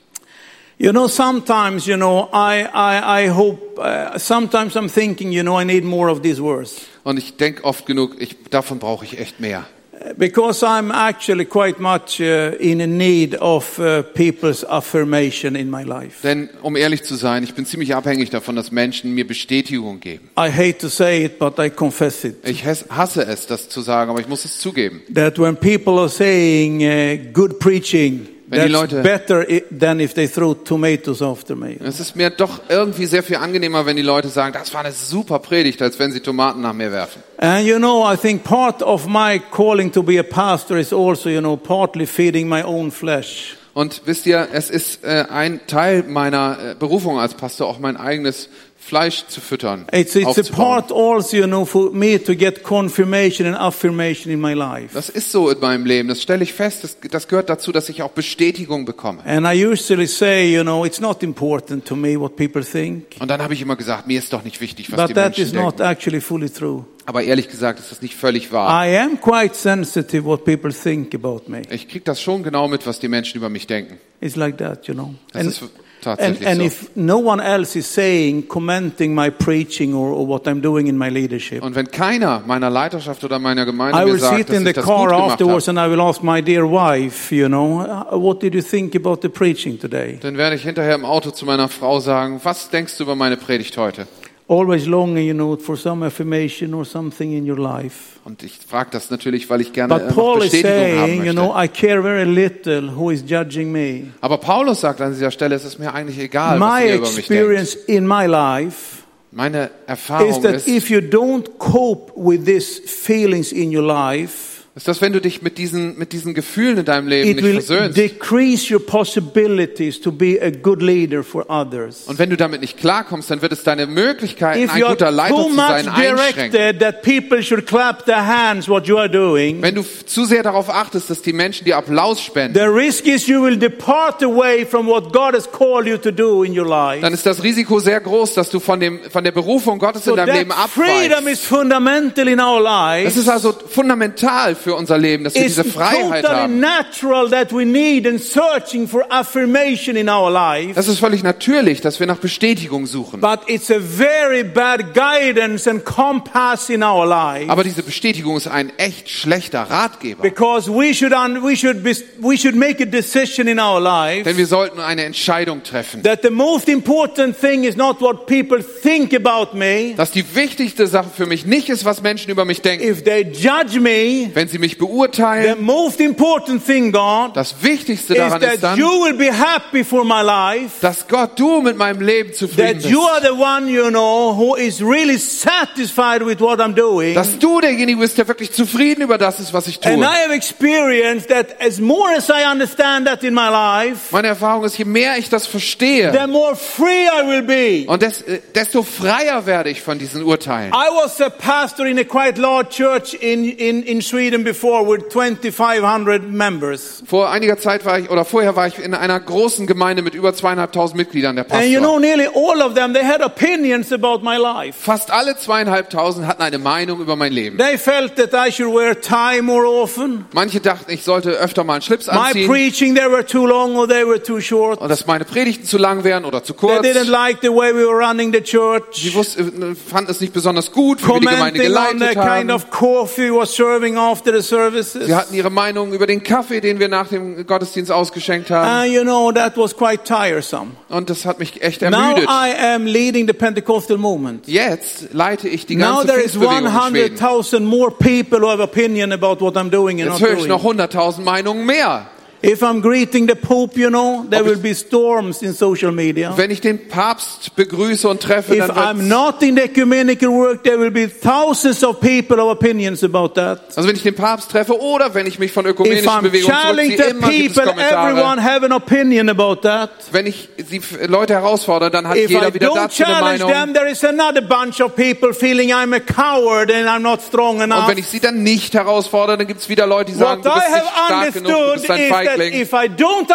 S1: You know, sometimes, you know, I, I, I hope, uh, sometimes I'm thinking, you know, I need more of these words.
S2: Und ich denke oft genug, ich, davon brauche ich echt mehr.
S1: Uh, Because I'm actually quite much uh, in need of uh, people's affirmation in my life.
S2: Denn um ehrlich zu sein, ich bin ziemlich abhängig davon, dass Menschen mir Bestätigung geben.
S1: I hate to say it, but I confess it.
S2: Ich hass- hasse es, das zu sagen, aber ich muss es zugeben.
S1: That when people are saying uh, good preaching,
S2: Wenn die
S1: that's
S2: Leute-
S1: better i- than if they throw tomatoes after me.
S2: Es ist mir doch irgendwie sehr viel angenehmer, wenn die Leute sagen, das war eine super Predigt, als wenn sie Tomaten nach mir werfen.
S1: And you know, I think part of my calling to be a pastor is also, you know, partly feeding my own flesh.
S2: Und wisst ihr, es ist äh, ein Teil meiner äh, Berufung als Pastor, auch mein eigenes Fleisch zu füttern.
S1: It's, it's a
S2: aufzubauen.
S1: part also, you know, for me to get confirmation and affirmation in my life.
S2: Das ist so in meinem Leben, das stelle ich fest, das, das gehört dazu, dass ich auch Bestätigung bekomme.
S1: And I usually say, you know, it's not important to me what people think,
S2: Und dann habe ich immer gesagt, mir ist doch nicht wichtig, was die
S1: but that
S2: Menschen
S1: is
S2: denken.
S1: not actually fully true.
S2: Aber ehrlich gesagt ist das nicht völlig wahr.
S1: I am quite sensitive what people think about me.
S2: Ich kriege das schon genau mit, was die Menschen über mich denken.
S1: It's like that, you know.
S2: Das ist
S1: and,
S2: tatsächlich
S1: and
S2: so.
S1: if no one else is saying, commenting my preaching or, or what I'm doing in my leadership,
S2: Und wenn keiner meiner Leiterschaft oder meiner Gemeinde
S1: I
S2: mir
S1: will sit
S2: sagt, dass
S1: in
S2: ich
S1: the
S2: das gut
S1: car
S2: gemacht
S1: afterwards
S2: habe,
S1: and I will ask my dear wife, you know, "Uh, what did you think about the preaching today?
S2: dann werde ich hinterher im Auto zu meiner Frau sagen, was denkst du über meine Predigt heute?
S1: Always longing, you know, for some affirmation or something in your life.
S2: Und ich frage das natürlich, weil ich gerne äh,
S1: But
S2: noch
S1: Paul is
S2: Bestätigung haben
S1: saying,
S2: möchte.
S1: you know, I care very little who is judging me.
S2: Aber Paulus sagt an dieser Stelle, es ist mir eigentlich egal,
S1: My
S2: was ihr über mich denkt.
S1: experience in my life
S2: Meine
S1: is
S2: Erfahrung
S1: that
S2: ist,
S1: if you don't cope with these feelings in your life,
S2: ist, dass wenn du dich mit diesen, mit diesen Gefühlen in deinem Leben
S1: it
S2: nicht
S1: will
S2: versöhnst
S1: decrease your possibilities to be a good leader for others.
S2: und wenn du damit nicht klarkommst, dann wird es deine Möglichkeiten,
S1: If
S2: ein
S1: you are
S2: guter Leiter
S1: too
S2: zu
S1: much
S2: sein, einschränken.
S1: directed that people should clap their hands what you are doing,
S2: Wenn du f- zu sehr darauf achtest, dass die Menschen dir Applaus spenden,
S1: the risk is you will depart away from what God has called you to do in your life.
S2: dann ist das Risiko sehr groß, dass du von, dem, von der Berufung Gottes
S1: So
S2: in deinem
S1: that
S2: Leben
S1: freedom
S2: abweichst.
S1: is fundamental in our lives.
S2: Es ist also fundamental für unser Leben, dass wir
S1: It's
S2: diese Freiheit
S1: totally
S2: haben.
S1: natural that we need and searching for affirmation in our life.
S2: Das ist völlig natürlich, dass wir nach Bestätigung suchen.
S1: But it's a very bad guidance and compass in our life.
S2: Aber diese Bestätigung ist ein echt schlechter Ratgeber.
S1: Because we should, un, we, should be, we should make a decision in our life
S2: Denn wir sollten eine Entscheidung treffen.
S1: that the most important thing is not what people think about me.
S2: Dass die wichtigste Sache für mich nicht ist, was Menschen über mich denken.
S1: If they judge me,
S2: Wenn sie mich
S1: the
S2: beurteilen,
S1: most important thing, God,
S2: das Wichtigste
S1: is
S2: daran ist
S1: that
S2: dann,
S1: you will be happy for my life.
S2: dass Gott, du mit meinem Leben zufrieden
S1: that you
S2: bist.
S1: are the one, you know, who is really satisfied with what I'm doing.
S2: Dass du derjenige bist, der wirklich zufrieden über das ist, was ich
S1: and
S2: tue.
S1: I have experienced that as more as I understand that in my life,
S2: Meine Erfahrung ist, je mehr ich das verstehe,
S1: the more free I will be.
S2: und des, äh, desto freier werde ich von diesen Urteilen.
S1: I was a pastor in a quite large church in, in, in Sweden before with 2,500 members.
S2: Vor einiger Zeit war ich, oder vorher war ich in einer großen Gemeinde mit über zweieinhalbtausend Mitgliedern der
S1: And you know,
S2: Pastor.
S1: nearly all of them, they had opinions about my life.
S2: Fast alle zweieinhalbtausend hatten eine Meinung über mein Leben.
S1: They felt that I should wear tie more often.
S2: Manche dachten, ich sollte öfter mal einen Schlips
S1: My
S2: anziehen
S1: preaching, they were too long or they were too short.
S2: und dass meine Predigten zu lang wären oder zu
S1: They
S2: kurz.
S1: didn't like the way we were running the church.
S2: Sie wussten, äh, fanden es nicht besonders gut, wie wir die Gemeinde
S1: commenting on the
S2: geleitet
S1: kind
S2: haben.
S1: of coffee we were serving after the services.
S2: Sie hatten ihre Meinung über den Kaffee, den wir nach dem Gottesdienst ausgeschenkt haben.
S1: And Ah, you know, that was quite tiresome.
S2: Und das hat mich echt
S1: Now
S2: ermüdet.
S1: I am leading the Pentecostal movement.
S2: Jetzt leite ich die
S1: Now
S2: ganze
S1: there is
S2: Pfingstbewegung in Schweden.
S1: 100,000 more people who have opinion about what I'm doing and
S2: Jetzt
S1: not
S2: höre ich noch
S1: doing.
S2: 100.000 Meinungen mehr.
S1: If I'm greeting the Pope, you know, there
S2: Ob ich-
S1: will be storms in social media.
S2: Wenn ich den Papst begrüße und treffe,
S1: If
S2: dann wird's-
S1: I'm not in the ecumenical work, there will be thousands of people of opinions about that.
S2: also wenn ich den Papst treffe oder wenn ich mich von
S1: If
S2: ökumenischen
S1: I'm
S2: Bewegungen
S1: challenging
S2: zurückziehe,
S1: the
S2: immer gibt es
S1: people, everyone
S2: Kommentare.
S1: have an opinion about that.
S2: Wenn ich die F- Leute herausfordere, dann hat
S1: If I
S2: jeder wieder
S1: don't
S2: dazu eine
S1: challenge
S2: Meinung.
S1: them, there is another bunch of people feeling I'm a coward and I'm not strong
S2: Und
S1: enough.
S2: wenn ich sie dann nicht herausfordere, dann gibt es wieder Leute, die sagen,
S1: What
S2: du
S1: I
S2: bist nicht
S1: have
S2: stark genug, du
S1: understood is
S2: bist ein
S1: that
S2: Feigling.
S1: if I don't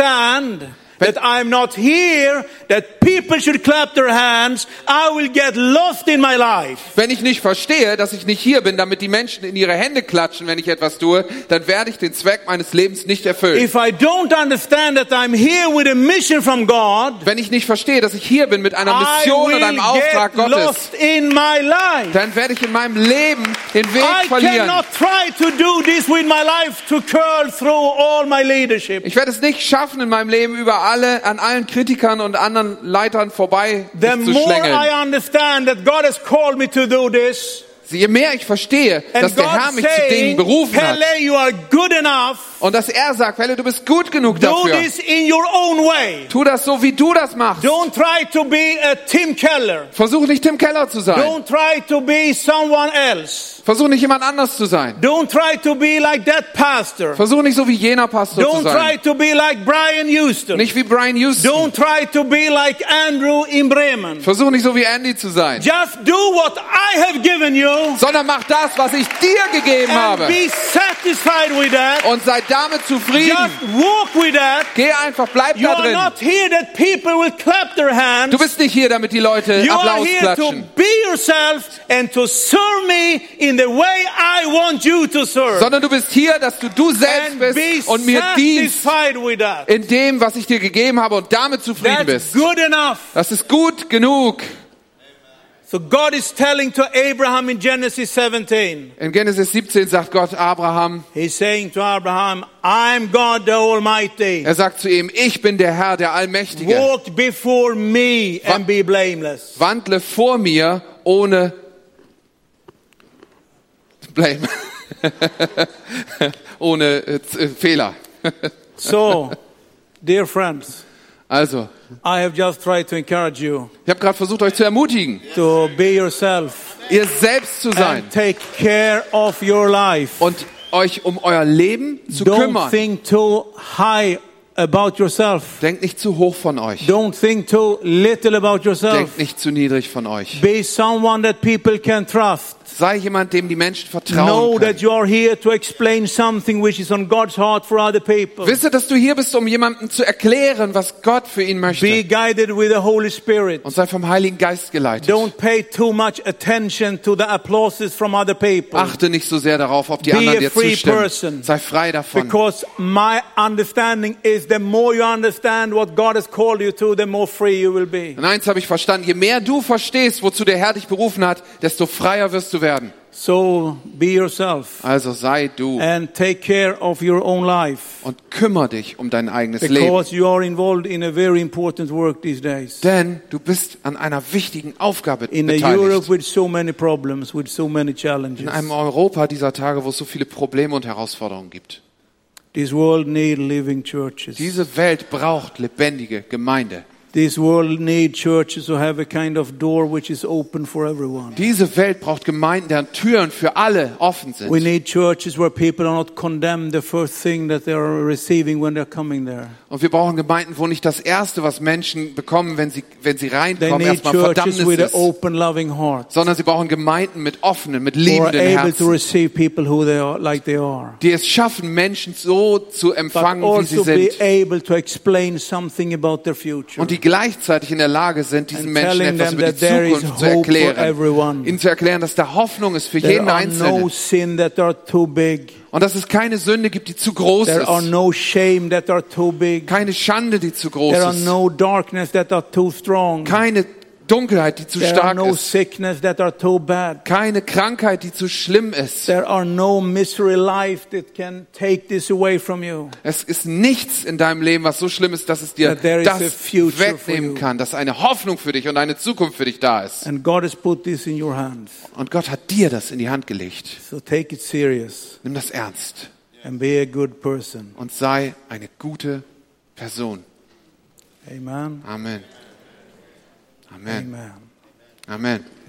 S1: understand that I'm not here, that people should clap their hands, I will get lost in my life.
S2: Wenn ich nicht verstehe, dass ich nicht hier bin, damit die Menschen in ihre Hände klatschen, wenn ich etwas tue, dann werde ich den Zweck meines Lebens nicht erfüllen.
S1: If I don't understand that I'm here with a mission from God,
S2: Wenn ich nicht verstehe, dass ich hier bin mit einer
S1: I
S2: Mission und einem
S1: will
S2: Auftrag
S1: get
S2: Gottes,
S1: lost in my life.
S2: dann werde ich in meinem Leben den
S1: I
S2: Weg verlieren.
S1: cannot try to do this with my life to curl through all my leadership.
S2: Ich werde es nicht schaffen, in meinem Leben über alle, an allen Kritikern und anderen Leitern vorbei
S1: The
S2: mich zu
S1: more I
S2: schlängeln.
S1: understand that God has called me to do this,
S2: Je mehr ich verstehe, dass
S1: And
S2: der Herr
S1: God
S2: mich zu Dingen
S1: saying,
S2: berufen hat
S1: Pele, you are good enough.
S2: und dass er sagt, Welle, du bist gut genug
S1: Do
S2: dafür.
S1: this in your own way.
S2: Tu das so, wie du das machst.
S1: Don't try to be a Tim Keller.
S2: Versuch nicht Tim Keller zu sein.
S1: Don't try to be someone else.
S2: Versuch nicht jemand anders zu sein.
S1: Don't try to be like that pastor.
S2: Versuch nicht so wie jener Pastor zu
S1: Don't try
S2: sein.
S1: to be like Brian Houston.
S2: Nicht wie Brian Houston.
S1: Don't try to be like Andrew in Bremen.
S2: Versuch nicht so wie Andy zu sein.
S1: Just do what I have given you
S2: Sondern mach das, was ich dir gegeben
S1: and
S2: habe.
S1: be satisfied with that.
S2: Und sei damit zufrieden.
S1: Just walk with that.
S2: Geh einfach, bleib
S1: You
S2: da
S1: are
S2: drin.
S1: not here that people will clap their hands.
S2: Du bist nicht hier, damit die Leute
S1: You are
S2: Applaus
S1: here to
S2: klatschen.
S1: be yourself and to serve me in the way I want you to serve.
S2: Sondern du bist hier, dass du du selbst
S1: And be
S2: bist und mir dienst
S1: satisfied with that.
S2: in dem, was ich dir gegeben habe und damit zufrieden
S1: That's
S2: bist.
S1: good enough.
S2: Das ist gut genug.
S1: So God is telling to Abraham in Genesis 17.
S2: In Genesis 17 sagt Gott Abraham,
S1: He's saying to Abraham, I'm God the Almighty.
S2: er sagt zu ihm, ich bin der Herr, der Allmächtige.
S1: Walk before me and be blameless.
S2: Wandle vor mir ohne Blame. ohne äh, Z- äh, Fehler.
S1: So, dear friends,
S2: Also,
S1: I have just tried to encourage you
S2: ich habe gerade versucht, euch zu ermutigen,
S1: to be yourself
S2: ihr selbst zu sein
S1: and take care of your life.
S2: und euch um euer Leben zu
S1: Don't
S2: kümmern.
S1: think too high about yourself.
S2: Denkt nicht zu hoch von euch.
S1: Don't think too little about
S2: Denkt
S1: yourself.
S2: nicht zu niedrig von euch.
S1: Be someone that people can trust.
S2: Sei jemand, dem die Menschen vertrauen
S1: Know
S2: können.
S1: that you are here to explain something which is on God's heart for other people.
S2: Wisse, dass du hier bist, um jemandem zu erklären, was Gott für ihn
S1: Be
S2: möchte.
S1: guided with the Holy Spirit.
S2: Und sei vom Heiligen Geist geleitet.
S1: Don't pay too much attention to the applauses from other people.
S2: Achte nicht so sehr darauf, ob die
S1: Be
S2: anderen
S1: a
S2: dir
S1: free
S2: zustimmen.
S1: person.
S2: Sei frei davon.
S1: Because my understanding is the more you understand what God has called you to, the more free you will be.
S2: Und eins habe ich verstanden, je mehr du verstehst, wozu der Herr dich berufen hat, desto freier wirst du werden.
S1: So be yourself
S2: Also sei du
S1: and take care of your own life.
S2: und kümmere dich um dein eigenes Leben.
S1: Because you are involved in a very important work these days.
S2: Denn du bist an einer wichtigen Aufgabe
S1: In a Europe
S2: beteiligt.
S1: with so many problems, with so many
S2: In
S1: challenges.
S2: einem Europa dieser Tage, wo es so viele Probleme und Herausforderungen gibt.
S1: This world need living churches.
S2: Diese Welt braucht lebendige Gemeinde.
S1: This world need churches who have a kind of door which is open for everyone.
S2: Diese Welt braucht Gemeinden, deren Türen für alle offen
S1: We
S2: sind.
S1: need churches where people are not condemned the first thing that they are receiving when they're coming there.
S2: Und wir brauchen Gemeinden, wo nicht das Erste, was Menschen bekommen, wenn sie, wenn sie
S1: They
S2: reinkommen,
S1: need
S2: erstmal
S1: churches
S2: Verdammnis
S1: with an
S2: ist.
S1: open, loving heart
S2: Sondern sie brauchen Gemeinden mit offenen, mit
S1: who are
S2: liebenden
S1: able to
S2: Herzen,
S1: receive people who they are, like they are.
S2: die es schaffen, Menschen so zu
S1: But
S2: empfangen, wie sie
S1: also be
S2: sind.
S1: able to explain something about their future.
S2: Und die gleichzeitig in der Lage sind, diesen
S1: And
S2: Menschen
S1: telling
S2: etwas
S1: them
S2: über
S1: that
S2: die
S1: there is
S2: Zukunft zu
S1: hope for
S2: erklären.
S1: everyone.
S2: Ihnen zu erklären, dass da Hoffnung ist für
S1: There
S2: jeden
S1: are no
S2: Einzelnen.
S1: sin that are too big.
S2: Und dass es keine Sünde gibt, die zu groß
S1: There are
S2: ist.
S1: no shame that are too big.
S2: Keine Schande, die zu groß
S1: There are
S2: ist.
S1: no darkness that are too strong.
S2: Keine Dunkelheit, die zu
S1: There are
S2: stark
S1: no
S2: ist.
S1: sickness that are too bad.
S2: Keine Krankheit, die zu schlimm ist.
S1: There are no misery life that can take this away from you.
S2: Es ist nichts in deinem Leben, was so schlimm ist, dass es dir
S1: That there is
S2: das
S1: a future
S2: wegnehmen
S1: for you.
S2: kann, dass eine Hoffnung für dich und eine Zukunft für dich da ist.
S1: And God has put this in your hands.
S2: Und Gott hat dir das in die Hand gelegt.
S1: So take it serious.
S2: Nimm das ernst.
S1: and be a good person.
S2: und sei eine gute Person.
S1: Amen.
S2: Amen. Amen.
S1: Amen.
S2: Amen.